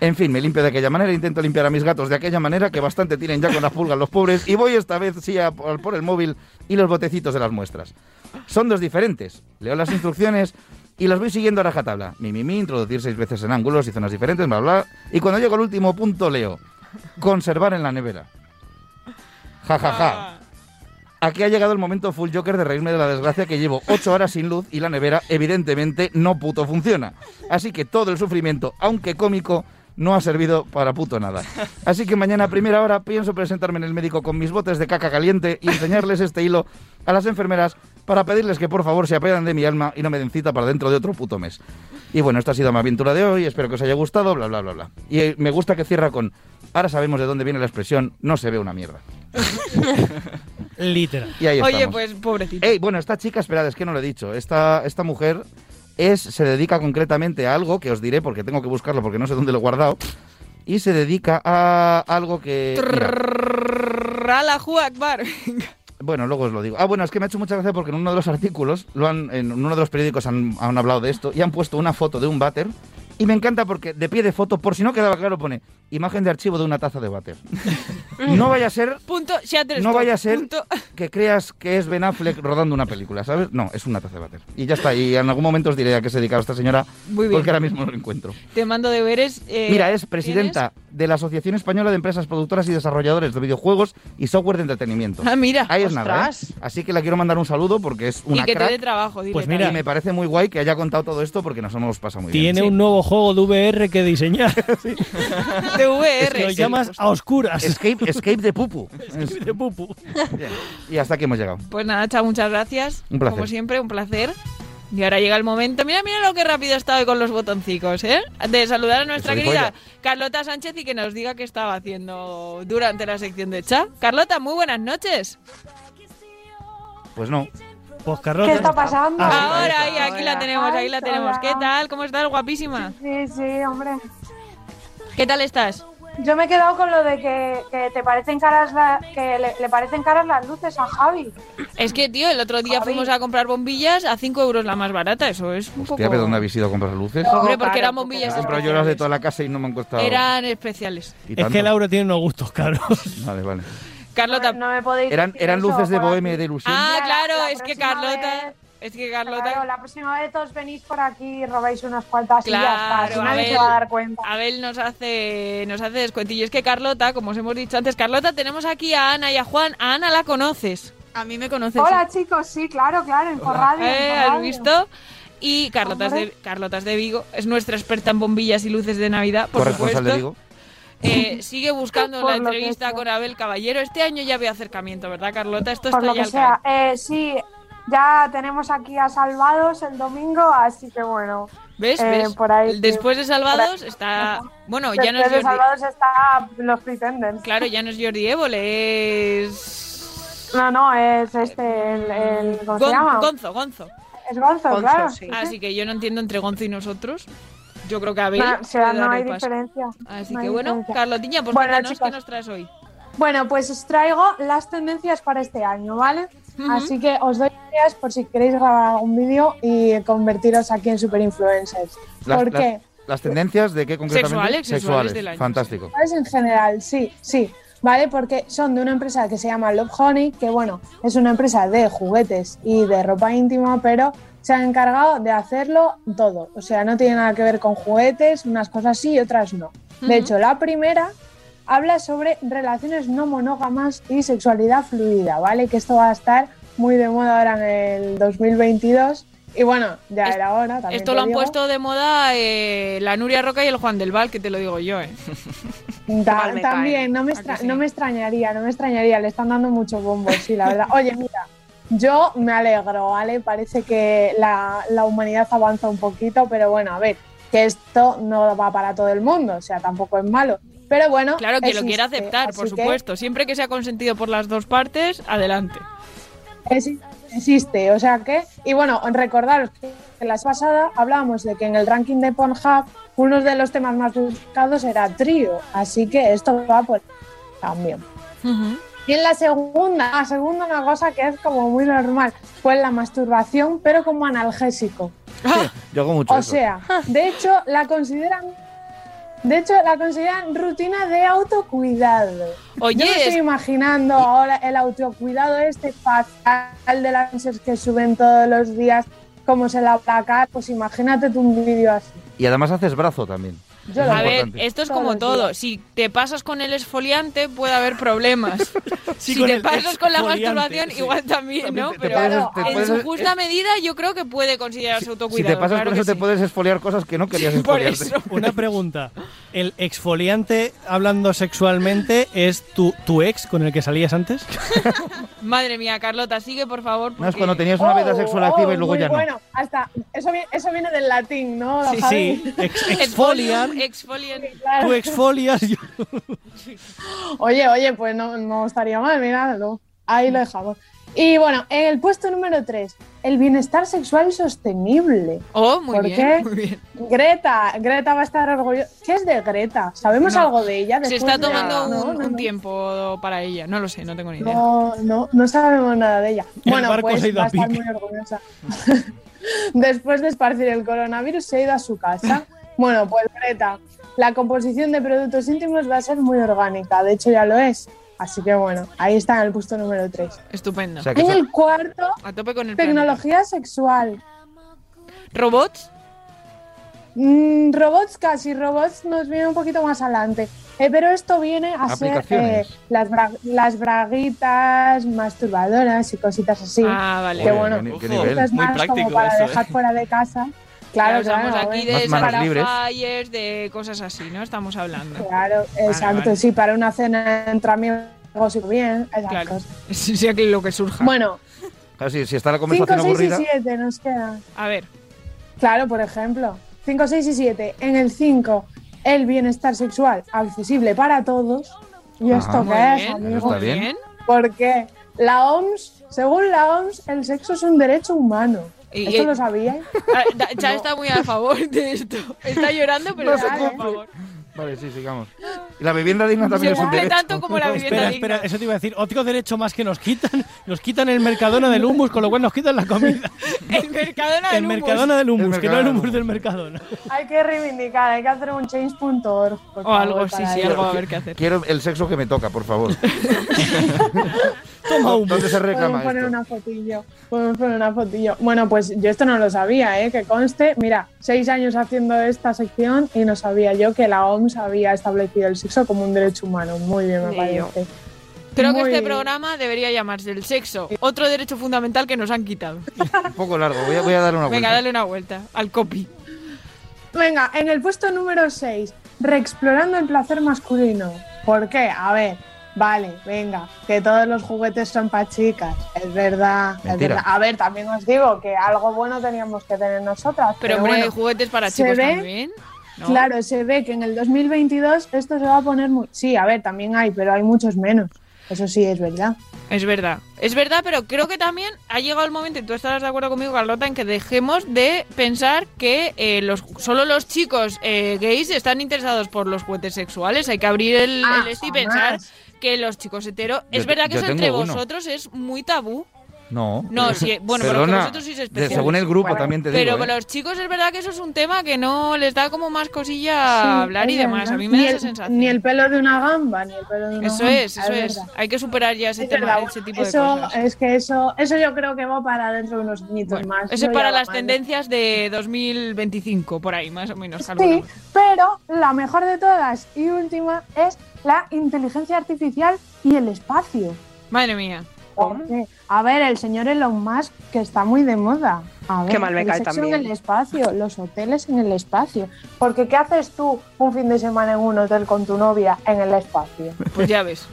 S1: En fin, me limpio de aquella manera, intento limpiar a mis gatos de aquella manera, que bastante tienen ya con las pulgas los pobres, y voy esta vez sí a por, por el móvil y los botecitos de las muestras. Son dos diferentes. Leo las instrucciones y las voy siguiendo a rajatabla. Mi, mi, mi, introducir seis veces en ángulos y zonas diferentes, bla, bla. Y cuando llego al último punto, leo. Conservar en la nevera. Ja, ja, ja.
S12: Ah.
S1: Aquí ha llegado el momento full joker de reírme de la desgracia que llevo ocho horas sin luz y la nevera evidentemente no puto funciona. Así que todo el sufrimiento, aunque cómico, no ha servido para puto nada. Así que mañana a primera hora pienso presentarme en el médico con mis botes de caca caliente y enseñarles este hilo a las enfermeras para pedirles que por favor se apedan de mi alma y no me den cita para dentro de otro puto mes. Y bueno, esta ha sido mi aventura de hoy, espero que os haya gustado, bla, bla, bla, bla. Y eh, me gusta que cierra con, ahora sabemos de dónde viene la expresión, no se ve una mierda.
S2: Literal.
S1: Y ahí
S12: Oye,
S1: estamos.
S12: pues pobrecito.
S1: Ey, bueno, esta chica, esperad, es que no lo he dicho. Esta, esta mujer es, se dedica concretamente a algo que os diré porque tengo que buscarlo porque no sé dónde lo he guardado. Y se dedica a algo que. mira,
S12: Ralahu [laughs] Akbar.
S1: bueno, luego os lo digo. Ah, bueno, es que me ha hecho mucha gracia porque en uno de los artículos, lo han, en uno de los periódicos han, han hablado de esto y han puesto una foto de un váter. Y me encanta porque de pie de foto, por si no quedaba claro, pone imagen de archivo de una taza de váter. no vaya a ser
S12: Punto Shutterstock.
S1: no vaya a ser
S12: Punto- [laughs]
S1: que creas que es Ben Affleck rodando una película, ¿sabes? No, es una taza de váter. Y ya está, y en algún momento os diré a qué se dedicaba esta señora,
S12: Muy bien.
S1: porque ahora mismo no lo encuentro.
S12: Te mando deberes. eh,
S1: Mira, es presidenta de la Asociación Española de Empresas Productoras y Desarrolladores de Videojuegos y Software de Entretenimiento.
S12: Ah, mira.
S1: Ahí es nada, ¿eh?
S12: Ostras.
S1: Así que la quiero mandar un saludo porque es
S12: Y
S1: una
S12: que
S1: crack.
S12: te dé trabajo. dile,
S2: Pues mira,
S1: y me parece muy guay que haya contado todo esto porque nos hemos pasado muy bien.
S2: Tiene un nuevo juego de VR que diseñar.
S12: [laughs] tal. De VR.
S2: Lo llamas a oscuras.
S1: Escape, escape de
S2: [laughs]
S1: Pupu. Es-
S2: de pupu.
S1: y hasta aquí hemos llegado.
S12: Pues nada, Cha, muchas gracias.
S1: Un placer.
S12: Como siempre, un placer. Y ahora llega el momento. Mira, mira lo que rápido está hoy con los botoncicos, ¿eh? De saludar a nuestra
S1: Soy
S12: querida
S1: joya.
S12: Carlota Sánchez y que nos diga qué estaba haciendo durante la sección de Cha. Carlota, muy buenas noches.
S1: Pues no.
S2: Pues
S17: ¿Qué está pasando?
S12: Ahora, y aquí la
S17: Hola.
S12: tenemos, ahí la
S17: Ay,
S12: tenemos.
S17: hola.
S12: ¿Qué tal? ¿Cómo estás, guapísima?
S17: [laughs] Sí, sí, hombre.
S12: ¿Qué tal estás?
S17: Yo me he quedado con lo de que, que te parecen caras la- que le, le parecen caras las luces a Javi.
S12: Es que, tío, el otro día
S17: Javi.
S12: fuimos a comprar bombillas a 5 euros la más barata. Eso es un
S1: Hostia,
S12: poco...
S1: pero ¿dónde habéis ido a comprar luces?
S12: Hombre,
S17: Claro,
S12: porque eran
S17: porque
S1: He
S12: bombillas
S1: comprado yo las de toda la casa y no me han costado.
S12: Eran especiales.
S1: y
S2: Es
S1: tanto.
S2: que Laura tiene unos gustos [laughs] caros.
S1: Vale, vale.
S12: Carlota.
S17: No me podéis
S1: Eran,
S17: decir
S1: eran
S17: eso
S1: luces de
S17: por aquí.
S1: bohemia y de ilusión.
S12: Ah,
S17: La-
S12: claro,
S17: la
S12: es que
S17: próxima
S12: Carlota.
S17: vez-
S12: Es que Carlota.
S17: Claro, la próxima vez os venís por aquí y robáis unas cuantas y ya está.
S12: Claro,
S17: Si
S12: a
S17: nadie
S12: ver.
S17: se va a dar cuenta.
S12: Abel nos hace, nos hace descuentillo. Es que Carlota, como os hemos dicho antes, Carlota, tenemos aquí a Ana y a Juan. A Ana la conoces.
S15: A mí me conoces.
S17: Hola chicos, sí, claro, claro, en Forradio.
S12: Eh, ¿Has visto? Y Carlota es, de, Carlota es de Vigo, es nuestra experta en bombillas y luces de Navidad, por
S1: Corresponsal de
S12: supuesto.
S1: Vigo.
S12: Eh, sigue buscando
S17: Por
S12: la
S17: lo que
S12: entrevista
S17: sea.
S12: con Abel Caballero. Este año ya había acercamiento, ¿verdad, Carlota? Esto
S17: Por
S12: está
S17: lo
S12: ya
S17: que
S12: al caer.
S17: sea. Eh, sí, ya tenemos aquí a Salvados el domingo, así que bueno.
S12: ¿Ves?
S17: eh,
S12: ¿Ves?
S17: por ahí, sí.
S12: Después de Salvados
S17: Por ahí.
S12: está. Bueno, ya
S17: Después
S12: no es
S17: de
S12: Jordi.
S17: Salvados está los Pretenders.
S12: Claro, ya no es Jordi Évole, es.
S17: No, no, es este, el, el- ¿cómo se
S12: Gon-
S17: llama?
S12: Gonzo, Gonzo.
S17: Es Gonzo,
S15: Gonzo,
S17: claro.
S15: sí.
S12: Así que yo no entiendo entre Gonzo y nosotros. Yo creo que Abel.
S17: No, o sea,
S12: puede
S17: no
S12: dar
S17: hay
S12: el paso.
S17: diferencia.
S12: Así
S17: no
S12: que
S17: hay
S12: bueno,
S17: diferencia.
S12: Carlotiña, pues
S17: Bueno,
S12: cuéntanos
S17: chicos.
S12: qué nos traes hoy.
S17: Bueno, pues os traigo las tendencias para este año, ¿vale?
S12: Ujú.
S17: Así que os doy ideas por si queréis grabar algún vídeo y convertiros aquí en super influencers.
S1: Las,
S17: ¿Por
S1: las-
S17: qué?
S1: las tendencias de qué concretamente?
S12: Sexuales, sexuales del año,
S1: Fantástico.
S17: ¿Sabes? En general, sí, sí. ¿Vale? Porque son de una empresa que se llama Love Honey, que bueno, es una empresa de juguetes y de ropa íntima, pero se han encargado de hacerlo todo. O sea, no tiene nada que ver con juguetes, unas cosas sí y otras no.
S12: Ujú.
S17: De hecho, la primera habla sobre relaciones no monógamas y sexualidad fluida, ¿vale? Que esto va a estar muy de moda ahora en el 2022. Y bueno, ya
S12: Es-
S17: era hora también.
S12: Esto
S17: te
S12: lo han
S17: digo.
S12: puesto de moda eh, la Nuria Roca y el Juan del Val, que te lo digo
S17: [laughs]
S12: yo, ¿eh?
S17: Ta-
S15: mal me
S17: también, no me,
S12: ¿A que
S17: extra-
S12: sí?
S17: no me extrañaría, no me extrañaría, le están dando mucho bombo, sí, la verdad. Oye, mira, yo me alegro, ¿vale? Parece que la, la humanidad avanza un poquito, pero bueno, a ver, que esto no va para todo el mundo, o sea, tampoco es malo. Pero bueno,
S12: Claro, que lo quiera
S17: existe,
S12: aceptar, por
S17: así que
S12: supuesto. Siempre que sea consentido por las dos partes, adelante.
S17: exi- Existe, o sea que. Y bueno, recordaros que la vez pasada hablábamos de que en el ranking de Pornhub uno de los temas más buscados era trío, así que esto va por también.
S12: Ujú.
S17: Y en la segunda, la segunda una cosa que es como muy normal, pues la masturbación, pero como analgésico.
S1: Yo hago
S2: Pues
S1: mucho
S17: o
S1: eso.
S17: sea, de hecho la consideran, de hecho la consideran rutina de autocuidado.
S12: Oye,
S17: Yo me
S12: es-
S17: estoy imaginando ahora el autocuidado este fatal de las cosas que suben todos los días, cómo se la placa, pues imagínate tú un vídeo así.
S1: Y además haces brazo también.
S17: Yo lo
S12: A
S17: hago.
S12: ver,
S1: importante.
S12: esto es
S17: Todos
S12: como
S17: los
S12: todo.
S17: días.
S12: Si te pasas con el esfoliante, puede haber problemas.
S2: Sí,
S12: si
S2: con
S12: te
S2: el
S12: pasas con la
S2: exfoliante,
S12: masturbación,
S2: sí.
S12: igual también,
S1: También
S12: ¿no?
S1: te- te
S12: Pero
S1: puedes-
S17: te
S12: en su
S1: puedes-
S12: justa medida, yo creo que puede considerarse
S1: Si-
S12: autocuidado.
S1: si te pasas
S12: claro
S1: por
S12: que
S1: eso, te
S12: sí.
S1: puedes esfoliar cosas que no querías
S12: [laughs] Por
S1: esfoliarte.
S12: eso.
S2: Una pregunta. el exfoliante hablando sexualmente es tu, tu ex con el que salías antes.
S12: Madre mía, Carlota, sigue por favor.
S2: No, es cuando tenías una
S12: Oh,
S2: vida sexual activa y luego
S17: Oh, muy
S2: ya no.
S17: Bueno, hasta eso viene, eso viene del latín, ¿no?
S2: Sí,
S17: Javi?
S2: sí, ex-
S12: [laughs]
S2: exfolian,
S12: Exfolian.
S17: Claro.
S2: tú exfolias. yo-
S17: Oye, oye, pues no, no estaría mal, míralo. Ahí lo dejamos. Y bueno, en el puesto número 3, el bienestar sexual sostenible.
S12: Oh, muy
S17: ¿Por
S12: bien,
S17: qué?
S12: muy bien.
S17: Greta, Greta va a estar orgullosa. ¿Qué es de Greta? ¿Sabemos
S12: No.
S17: algo de ella?
S12: Se
S17: después
S12: está
S17: de-
S12: tomando
S17: No,
S12: un, un tiempo para ella. No lo sé, no tengo ni idea.
S17: No, no, no sabemos nada de ella.
S12: El
S17: Bueno,
S12: barco
S17: pues
S12: se ha ido
S17: va
S12: a
S17: a estar
S12: pique.
S17: muy orgullosa. [laughs] Después de esparcir el coronavirus, se ha ido a su
S12: [laughs]
S17: casa. Bueno, pues Greta, la composición de productos íntimos va a ser muy orgánica. De hecho, ya lo es. Así que bueno, ahí está en el puesto número 3.
S12: Estupendo.
S17: O sea, que En eso- el cuarto,
S12: a tope con el
S17: Tecnología sexual.
S12: planeta. robots.
S17: Mm, robots casi, robots nos viene un poquito más adelante. Eh, pero esto viene a ser eh,
S12: Aplicaciones.
S17: las, bra- las braguitas masturbadoras y cositas así.
S12: Ah, vale.
S17: Que
S12: Joder,
S17: bueno,
S12: qué ni- qué
S17: esto
S12: nivel.
S17: es
S12: Muy
S17: más como
S12: práctico
S17: para
S12: eso, ¿eh?
S17: dejar fuera de casa. Claro,
S12: estamos
S17: claro.
S12: aquí
S17: bueno.
S12: de flyers, de cosas así, ¿no? Estamos hablando.
S17: Claro, exacto,
S12: vale.
S17: sí, para una cena entre amigos y bien, esas
S12: Claro.
S17: cosas.
S12: Sí, sí, aquí lo que surja.
S17: Bueno,
S1: Claro, si, si está la
S17: 5,
S1: conversación
S17: 6 y
S1: aburrida.
S17: 7 nos quedan.
S12: A ver.
S17: Claro, por ejemplo. 5, 6 y 7. En el 5, el bienestar sexual accesible para todos. ¿Y
S1: Ah,
S17: esto
S1: muy
S17: qué es,
S1: bien,
S17: amigo?
S1: está bien. Bien.
S17: Porque la OMS, según la OMS, el sexo es un derecho humano.
S12: Y-
S17: ¿Esto
S12: y-
S17: lo sabíais? [laughs]
S12: Ah, da- Char está muy a favor de esto. Está llorando, pero
S17: No
S12: está
S17: se
S12: muy a favor.
S1: Vale, sí, sigamos. Y la vivienda digna también es un
S12: cumple
S1: derecho.
S12: tanto como la vivienda
S2: espera, espera, eso te iba a decir. Otro derecho más que nos quitan, nos quitan el mercadona del humus, con lo cual nos quitan la [laughs] comida.
S12: El mercadona
S2: El mercadona del humus, que
S1: Mercadona
S2: no el
S1: del
S2: humus del mercadona.
S17: Hay que reivindicar, hay que hacer un change.org. por favor, para ello.
S12: hacer.
S1: Quiero el sexo que me toca, por favor. ¿Dónde se reclama
S17: Podemos poner
S1: esto?
S17: una fotillo. Podemos poner una fotillo. Bueno, pues yo esto no lo sabía, ¿eh? que conste. Mira, seis años haciendo esta sección y no sabía yo que la OMS había establecido el sexo como un derecho humano. Muy bien, me
S12: Ni yo.
S17: parece.
S12: Creo que
S17: Muy
S12: este
S17: bien.
S12: programa debería llamarse El sexo, otro derecho fundamental que nos han quitado.
S2: Ah,
S1: Un poco largo, voy a, voy a dar una
S12: Venga,
S1: vuelta.
S12: dale una vuelta al copy.
S17: Venga, en el puesto número 6, reexplorando el placer masculino. ¿Por qué? A ver, vale, venga, que todos los juguetes son para chicas. Es verdad, es
S12: Mentira.
S17: verdad. A ver, también os digo que algo bueno teníamos que tener nosotras.
S12: Pero,
S17: Pero,
S12: hombre,
S17: bueno,
S12: juguetes para
S17: se
S12: chicos
S17: ve-
S12: también. ¿no?
S17: Claro, se ve que en el 2022 esto se va a poner muy... Sí, a ver, también hay, pero hay muchos menos. Eso sí, es verdad.
S12: Es verdad. Es verdad, pero creo que también ha llegado el momento, y tú estarás de acuerdo conmigo, Carlota, en que dejemos de pensar que eh, los, solo los chicos eh, gays están interesados por los juguetes sexuales. Hay que abrir el,
S17: Ah,
S12: el este y
S17: jamás.
S12: pensar que los chicos hetero.
S1: Yo
S12: Es
S1: te-
S12: verdad que
S1: yo
S12: eso
S1: tengo
S12: entre
S1: uno.
S12: vosotros es muy tabú.
S1: No.
S12: No, sí, bueno, pero que
S1: Perdona,
S12: vosotros sois
S1: de-
S12: especiales.
S1: según el grupo también te
S12: Pero
S1: digo.
S12: para
S1: ¿eh?
S12: los chicos es verdad que eso es un tema que no les da como más cosilla
S17: Sí,
S12: hablar y
S17: es
S12: demás.
S17: verdad.
S12: A mí me
S17: Ni
S12: da
S17: el-
S12: esa sensación.
S17: Ni el pelo de una gamba, ni el pelo de una
S12: Eso
S17: gamba,
S12: es, eso es.
S17: verdad.
S12: Hay que superar ya ese
S17: Es
S12: tema,
S17: verdad,
S12: ese
S17: bueno,
S12: tipo de
S17: eso,
S12: cosas.
S17: Es que eso, eso yo creo que va para dentro de unos añitos más.
S12: Eso
S17: Yo
S12: es
S17: ya
S12: para
S17: lo
S12: las
S17: mando.
S12: tendencias de 2025, por ahí, más o menos.
S17: Sí,
S12: Álvaro.
S17: pero la mejor de todas y última es la inteligencia artificial y el espacio.
S12: Madre mía.
S17: Porque, a ver, el señor Elon Musk, que está muy de moda. A ver,
S6: Qué mal me
S17: el
S6: cae
S17: sexo
S6: también.
S17: en el espacio, los hoteles en el espacio. Porque, ¿qué haces tú un fin de semana en un hotel con tu novia en el espacio?
S12: Pues ya ves.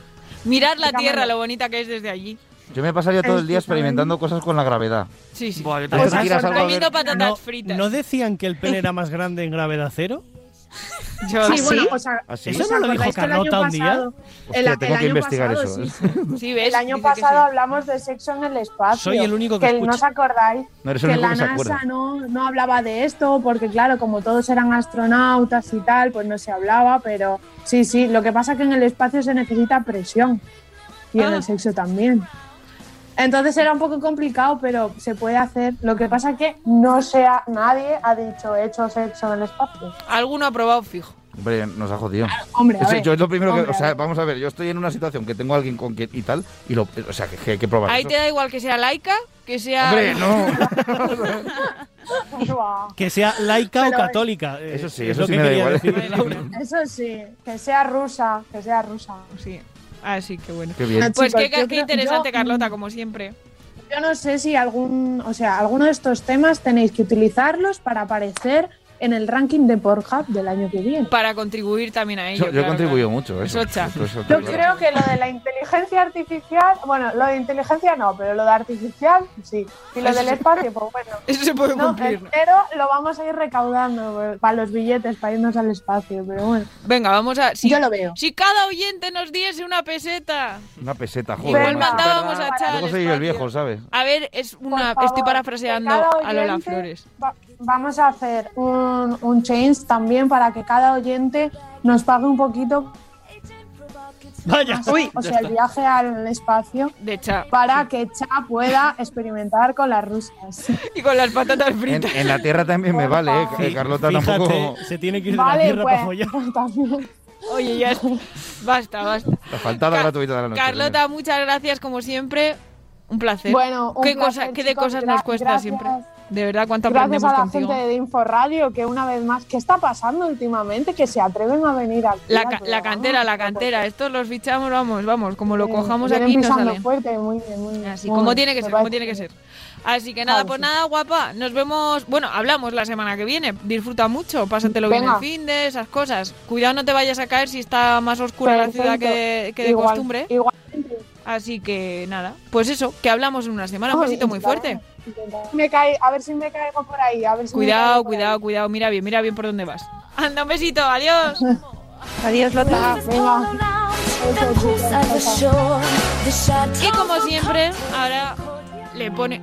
S12: Mirad la
S17: Explícame.
S12: Tierra, lo bonita que es desde allí.
S1: Yo me pasaría todo el día experimentando cosas con la gravedad.
S12: Sí, sí.
S17: Pues
S1: Antes de ir a salvar-
S12: Comiendo patatas
S2: No-
S12: fritas.
S2: ¿No decían que el pene era más grande en gravedad cero? ¿Ah,
S12: Yo-
S17: Sí, bueno, pues, o sea,
S2: Así.
S17: ¿os
S2: ¿Eso no lo dijo
S17: acordáis que el año
S2: Carlota un día?
S17: pasado-
S1: Hostia, tengo que
S17: año
S1: investigar
S17: pasado,
S1: eso.
S2: ¿eh?
S17: sí.
S12: Sí, ¿ves?
S17: El año
S12: Dice que
S17: pasado
S12: sí.
S17: hablamos de sexo en el espacio.
S2: Soy el único que
S17: no
S2: escucha.
S17: os acordáis.
S1: No eres el
S17: que
S1: único
S17: la
S1: que se
S17: NASA
S1: acuerda.
S17: no, no hablaba de esto, porque claro, como todos eran astronautas y tal, pues no se hablaba, pero sí, sí. Lo que pasa es que en el espacio se necesita presión. Y en
S12: Ah.
S17: el sexo también. Entonces era un poco complicado, pero se puede hacer. Lo que pasa es que no sea nadie ha dicho he hecho sexo en el espacio.
S12: Alguno ha probado fijo.
S1: Hombre, nos ha jodido.
S17: hombre, a
S1: Eso-
S17: ver,
S1: yo es lo primero que.
S17: hombre,
S1: O
S17: a
S1: sea,
S17: ver.
S1: vamos a ver, yo estoy en una situación que tengo a alguien con quien y tal, y lo. O sea, que, que hay que probar.
S12: Ahí
S1: eso.
S12: te da igual que sea laica, que sea.
S1: Hombre, no.
S12: [laughs]
S17: Guau.
S2: Que sea laica
S17: Pero-
S2: o católica. eh,
S1: Eso sí,
S2: es
S1: eso
S2: lo
S1: sí
S2: que
S1: me da
S2: quería
S1: igual. [laughs]
S2: decir.
S17: [laughs] Eso sí, que sea rusa, que sea rusa.
S12: Sí. Así que bueno.
S1: Qué bien.
S17: Chicos,
S12: Pues qué,
S17: yo
S12: qué
S17: creo-
S12: interesante,
S17: yo-
S12: Carlota, como siempre.
S17: Yo no sé si algún, o sea, alguno de estos temas tenéis que utilizarlos para aparecer en el ranking de Pornhub del año que viene.
S12: Para contribuir también a
S1: Yo,
S12: ello.
S1: yo he
S12: claro,
S1: contribuido
S12: claro. [laughs]
S1: mucho. Eso,
S12: Es ocha.
S1: Esto es otra
S17: Yo
S1: cosa.
S17: creo que lo de la inteligencia artificial, bueno, lo de inteligencia no, pero lo de artificial sí. Y lo del espacio, pues bueno.
S12: Eso se puede
S17: No,
S12: cumplir.
S17: el dinero lo vamos a ir recaudando pues, para los billetes, para irnos al espacio, pero bueno.
S12: Venga, vamos a. Si,
S17: Yo lo veo.
S12: Si cada oyente nos diese una peseta.
S1: Una peseta, joder.
S12: Igual
S1: macho.
S12: mandábamos a echar al
S1: Luego soy yo el viejo, ¿sabes?
S12: A ver, es una.
S17: favor,
S12: estoy parafraseando
S17: que cada
S12: a Lola
S17: oyente-
S12: Flores.
S17: Va- vamos a hacer un, un change también para que cada oyente nos pague un poquito.
S2: Vaya.
S17: más, o sea, el viaje al espacio
S12: de Cha.
S17: para que Cha pueda experimentar con las rusas.
S12: [laughs] Y con las patatas
S1: En,
S12: fritas.
S1: en la tierra también me vale, eh, eh, Carlota
S2: Fíjate,
S1: tampoco.
S2: se tiene que ir
S17: Vale,
S2: de la tierra
S17: pues,
S2: para follar.
S17: también.
S12: Oye, ya. es- Basta, basta.
S1: La faltada
S12: Ca-
S1: gratuita de la noche.
S12: Carlota, muchas gracias como siempre. Un placer.
S17: Bueno, un
S12: ¿Qué,
S17: placer,
S12: cosa- qué de
S17: chicos,
S12: cosas
S17: gra-
S12: nos cuesta
S17: gracias.
S12: siempre? De verdad, cuánto
S17: Gracias a
S12: aprendemos
S17: la
S12: contigo.
S17: gente de Info Radio que una vez más, ¿qué está pasando últimamente? Que se atreven a venir aquí.
S12: La,
S17: al
S12: ca- la
S17: programa.
S12: cantera, la cantera. Estos los fichamos, vamos, vamos. Como lo
S17: Eh,
S12: cojamos
S17: vienen
S12: aquí, nos
S17: pisando
S12: sale.
S17: fuerte, muy bien, muy bien.
S12: Así,
S17: Muy bien,
S12: como tiene que
S17: me
S12: ser,
S17: parece
S12: como tiene que
S17: bien.
S12: ser. Así que nada,
S17: Claro,
S12: pues
S17: sí.
S12: nada, guapa. Nos vemos, bueno, hablamos la semana que viene. Disfruta mucho, pásatelo bien el
S17: Venga.
S12: fin de esas cosas. Cuidado, no te vayas a caer si está más oscura la ciudad que,
S17: Perfecto.
S12: que de
S17: Igual-
S12: costumbre.
S17: Igualmente.
S12: Así que nada, pues eso, que hablamos en una semana. Un
S17: Ay,
S12: besito muy fuerte.
S17: intentaré. Me cae, a ver si me caigo por ahí. A ver si me
S12: Cuidado,
S17: caigo por
S12: cuidado, cuidado. Mira bien, mira bien por dónde vas. Anda, un besito,
S17: [laughs]
S12: adiós.
S6: Adiós, Lota.
S17: ahí. Venga. Eso, chicos, chao.
S12: Y como siempre, ahora le pone.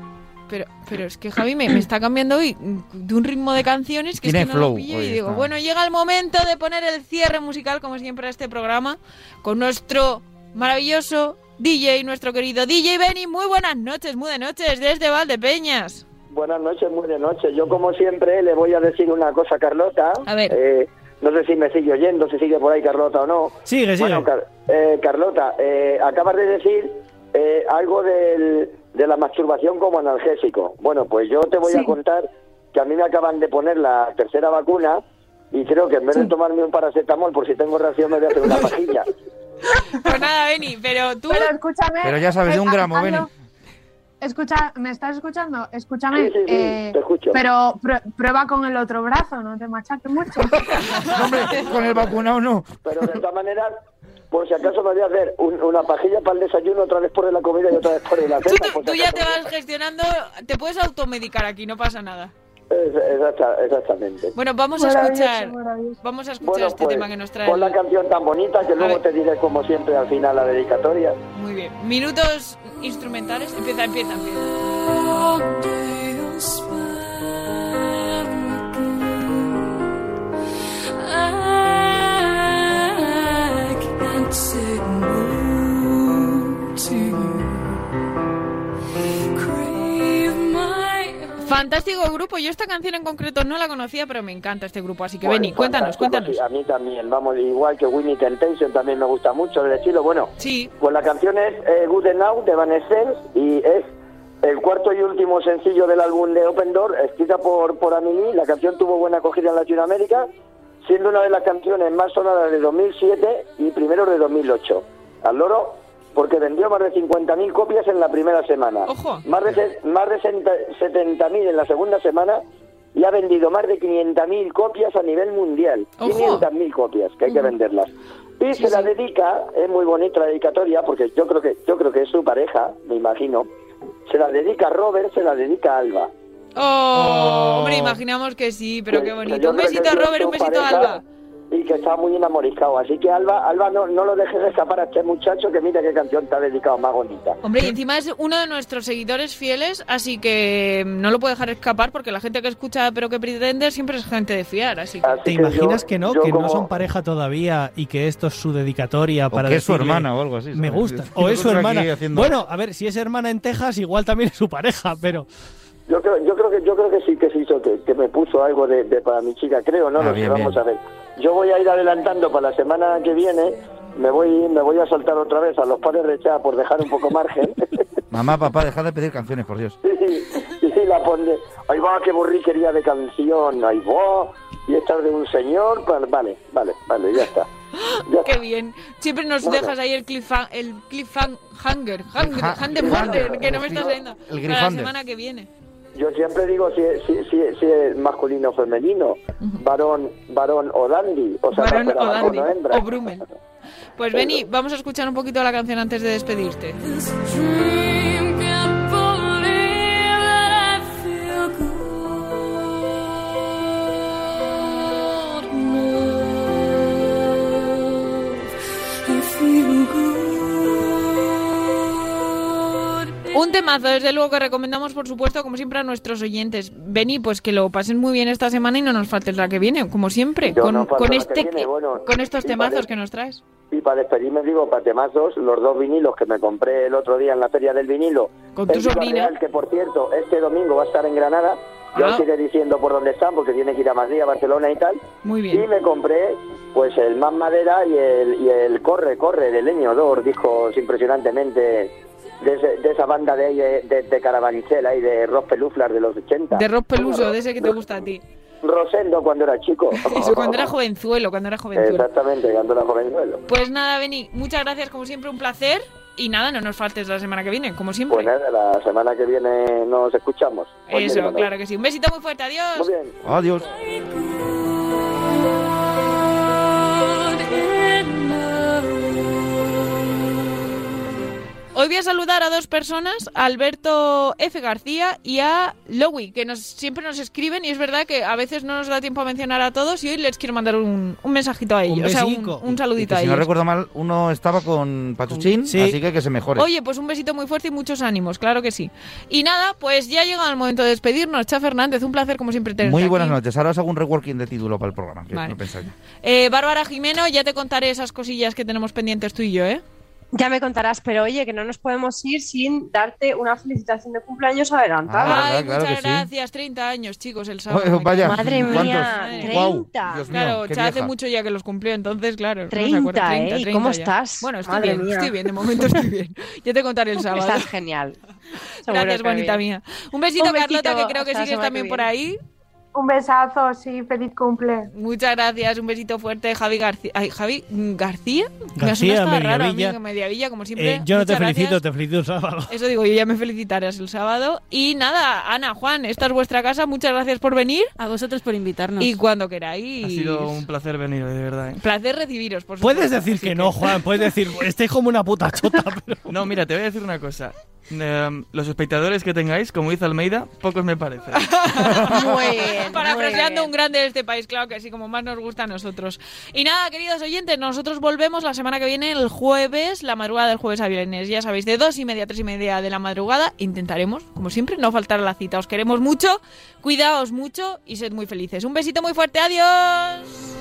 S12: Pero, pero es que Javi me, me está cambiando hoy de un ritmo de canciones que es
S1: Tiene
S12: que no lo
S1: flow
S12: pillo
S1: hoy,
S12: y digo,
S1: está.
S12: bueno, llega el momento de poner el cierre musical, como siempre, a este programa, con nuestro maravilloso DJ, nuestro querido DJ Benny. Muy buenas noches, muy de noches, desde Valdepeñas.
S18: Buenas noches, muy de noche. Yo, como siempre, le voy a decir una cosa a Carlota.
S12: A ver.
S18: Eh, no sé si me sigue oyendo, si sigue por ahí Carlota o no.
S2: Sigue, sigue.
S18: Bueno, Car- eh, Carlota, eh, acabas de decir eh, algo del- de la masturbación como analgésico. Bueno, pues yo te voy a contar que a mí me acaban de poner la tercera vacuna y creo que en vez de tomarme un paracetamol por si tengo reacción me voy a hacer una pajilla.
S12: Pues nada, Benny, pero tú.
S17: Pero escúchame.
S1: Pero ya sabes, de un
S17: eh,
S1: gramo,
S17: Aldo,
S1: Beni.
S17: Escucha, ¿me estás escuchando? Escúchame.
S18: Sí, sí, sí,
S17: eh,
S18: te escucho.
S17: Pero pr- prueba con el otro brazo, no te
S1: [laughs]
S17: machaques mucho.
S1: Hombre, con el vacunado no.
S18: Pero de todas maneras, por si acaso me voy a hacer un- una pajilla para el desayuno, otra vez por la comida y otra vez por la
S12: Tú,
S18: cena. pues,
S12: tú-
S18: por si
S12: tú ya
S18: acaso.
S12: te vas gestionando, te puedes automedicar aquí, no pasa nada.
S18: Es- exacta- exactamente.
S12: Bueno, vamos a
S17: Maravilloso,
S12: escuchar,
S17: maravilloso.
S12: vamos a escuchar
S18: Bueno,
S12: este
S18: pues,
S12: tema que nos trae.
S18: Pon la canción tan bonita que luego te diré, como siempre, al final la dedicatoria.
S12: Muy bien. Minutos instrumentales. Empieza, empieza, empieza.
S19: I can't say no to you. Crave my
S12: Fantástico grupo. Yo esta canción en concreto no la conocía, pero me encanta este grupo. Así que
S18: Bueno,
S12: Beni, cuéntanos,
S18: fantástico,
S12: cuéntanos.
S18: sí, a mí también, vamos, igual que Winnie Temptation también me gusta mucho el estilo. Bueno,
S12: Sí.
S18: pues la canción es eh, Good Now de Van Essence y es el cuarto y último sencillo del álbum de Open Door, escrita por, por Amini. La canción tuvo buena acogida en Latinoamérica, siendo una de las canciones más sonadas de 2007 y primero de 2008. Al loro, porque vendió más de 50.000 copias en la primera semana.
S12: Ojo.
S18: Más de, se- más de 70.000 en la segunda semana y ha vendido más de 500.000 copias a nivel mundial.
S12: Ojo.
S18: 500.000 copias, que hay que venderlas. Y se la dedica, es muy bonita la dedicatoria, porque yo creo que yo creo que es su pareja, me imagino. Se la dedica a Robert, se la dedica a Alba.
S12: Oh, hombre, imaginamos que sí, pero qué
S18: Que yo
S12: bonito. Un
S18: creo que
S12: besito a
S18: es
S12: Robert,
S18: su
S12: un besito a
S18: pareja
S12: Alba.
S18: Y que está muy enamorizado. Así que Alba, Alba no, no lo dejes escapar a este muchacho que mira qué canción te ha dedicado más bonita.
S12: Hombre, y encima es uno de nuestros seguidores fieles, así que no lo puedo dejar escapar porque la gente que escucha pero que pretende siempre es gente de fiar, así
S6: Ah.
S12: que...
S2: ¿Te
S18: que yo-
S2: imaginas que no?
S18: yo
S2: Que no
S18: como-
S2: son pareja todavía y que esto es su dedicatoria Ah, para.
S1: que es su
S2: decirle,
S1: hermana o algo así, ¿sabes?
S2: Me gusta.
S1: Yo
S2: O es su
S1: creo que
S2: hermana.
S1: aquí haciendo-
S2: Bueno, a ver, si es hermana en Texas, igual también es su pareja, pero. eh,
S18: Yo creo, yo creo que yo creo que sí que se hizo que, que me puso algo de, de para mi chica, creo, no
S1: Ah,
S18: lo
S1: bien,
S18: sé, vamos
S1: bien.
S18: a ver. Yo voy a ir adelantando para la semana que viene. Me voy me voy a saltar otra vez a los padres de Chá por dejar un poco
S2: [laughs]
S18: margen.
S1: Mamá, papá, dejad de pedir canciones, por Dios.
S18: y, y la pondré. Ahí va qué borriquería de canción, ahí va. Y esta de un señor, pa- vale, vale, vale, ya está. Ya
S12: [laughs] Qué
S18: está.
S12: bien. Siempre nos
S18: Bueno.
S12: dejas ahí el cliffhanger, el cliffhanger, hanger, hanger,
S1: ha-
S12: hander-
S1: hanger,
S12: que no me está saliendo.
S1: el
S12: Para la
S1: grifander.
S12: semana que viene.
S6: yo siempre digo si, si, si, si es masculino o femenino, varón, varón o dandy, o sea,
S12: Varón
S6: no
S12: o
S6: será varón
S12: dandy,
S6: o hembra.
S12: o
S6: [laughs]
S12: Brummel. Pues Benny, vamos a escuchar un poquito la canción antes de despedirte.
S17: dream, can't believe that I feel good enough. I feel good.
S12: Un temazo, desde luego, que recomendamos, por supuesto, como siempre, a nuestros oyentes. Benny, pues que lo pasen muy bien esta semana y no nos faltes la que viene, como siempre,
S6: Yo
S12: con,
S6: no falto
S12: con
S6: la que
S12: este,
S6: viene, bueno,
S12: con estos
S6: y
S12: temazos
S6: parece-
S12: que nos traes.
S6: Y para despedirme digo, para temazos, los dos vinilos que me compré el otro día en la feria del vinilo.
S12: Con
S6: El
S12: tu
S6: Viva
S12: sobrina.
S6: Real, que por cierto, este domingo va a estar en Granada. Yo
S12: Ah.
S6: os iré diciendo por dónde están, porque tiene que ir a Madrid, a Barcelona y tal.
S12: Muy bien.
S6: Y me compré pues el Más Madera y el, y el Corre, Corre de Leño, dos discos impresionantemente de, ese- de esa banda de, ahí, de, de, de Carabanchel y de Ross Peluflar de los 80.
S12: De Rob Peluso, de ese que te gusta
S6: [laughs]
S12: a ti.
S6: Rosendo cuando era chico.
S12: [laughs] Eso, cuando era jovenzuelo, cuando era jovenzuelo.
S6: Exactamente, cuando era jovenzuelo.
S12: Pues nada, Benny, muchas gracias, como siempre, un placer. Y nada, no nos faltes la semana que viene, como siempre.
S6: Pues nada, la semana que viene nos escuchamos. Oye,
S12: Eso,
S6: hermano.
S12: claro que sí. Un besito muy fuerte, adiós.
S6: Muy bien.
S1: Adiós.
S12: Hoy voy a saludar a dos personas, a Alberto F. García y a Lowy, que nos, siempre nos escriben y es verdad que a veces no nos da tiempo a mencionar a todos y hoy les quiero mandar un, un mensajito a ellos, o sea, un,
S2: besico.
S12: un saludito
S1: Que
S12: a
S1: si no
S12: ellos.
S1: recuerdo mal, uno estaba con Pachuchín,
S2: Sí.
S1: así que que se mejore.
S12: Oye, pues un besito muy fuerte y muchos ánimos, claro que sí. Y nada, pues ya ha llegado el momento de despedirnos. Cha Fernández, un placer como siempre tenerte
S1: Muy buenas
S12: aquí.
S1: noches. Ahora os hago un reworking de título para el programa. Que
S12: Vale.
S1: no pensáis.
S12: Eh, Bárbara Jimeno, ya te contaré esas cosillas que tenemos pendientes tú y yo, ¿eh?
S20: Ya me contarás, pero oye, que no nos podemos ir sin darte una felicitación de cumpleaños adelantada.
S1: Ah,
S12: Ay,
S1: verdad, claro
S12: muchas
S1: que sí.
S12: gracias, 30 años, chicos, el sábado.
S1: Oh, [laughs] vaya,
S20: Madre mía,
S1: ¿cuántos? Guau,
S20: 30.
S1: Dios mío,
S12: Claro,
S1: qué
S12: Cha hace
S1: vieja.
S12: mucho ya que los cumplió, entonces, claro. no se
S20: 30,
S12: acuerda.
S20: ¿eh? ¿Y cómo
S12: ya.
S20: estás?
S12: Bueno, estoy
S20: Madre
S12: bien,
S20: mía.
S12: estoy bien, de momento estoy bien. [laughs] Yo te contaré el sábado.
S20: Estás genial. Seguro
S12: Gracias,
S20: que
S12: bonita
S20: bien.
S12: mía. Un besito,
S20: Un besito,
S12: Carlota, que creo que
S20: hasta la
S12: sigues
S20: semana
S12: también
S20: que
S12: por
S20: viene.
S12: ahí.
S21: Un besazo, sí, feliz cumple.
S12: Muchas gracias, un besito fuerte, Javi García. Ay, Javi mm, García. Me ha
S2: García,
S12: sonado hasta raro,
S2: Mediavilla.
S12: amigo, Mediavilla, como siempre.
S2: Eh, yo no te
S12: Muchas gracias.
S2: felicito, te felicito [laughs] el sábado.
S12: Eso digo, yo ya me felicitarás el sábado. Y nada, Ana, Juan, esta es vuestra casa. Muchas gracias por venir.
S22: A vosotros por invitarnos.
S12: Y cuando queráis.
S16: Ha sido un placer venir, hoy, de verdad. ¿eh?
S12: Placer recibiros, por supuesto.
S2: Puedes decir que no, Juan, puedes decir, estáis como una puta chota. pero-
S16: No, mira, te voy a decir una cosa. Em, los espectadores que tengáis, como dice Almeida, pocos me parecen.
S20: Muy
S22: [laughs]
S20: bien.
S12: Parafraseando un grande de este país, claro que sí, como más nos gusta a nosotros. Y nada, queridos oyentes, nosotros volvemos la semana que viene, el jueves, la madrugada del jueves a viernes. Ya sabéis, de dos y media a tres y media de la madrugada intentaremos, como siempre, no faltar a la cita. Os queremos mucho, cuidaos mucho y sed muy felices. Un besito muy fuerte, adiós.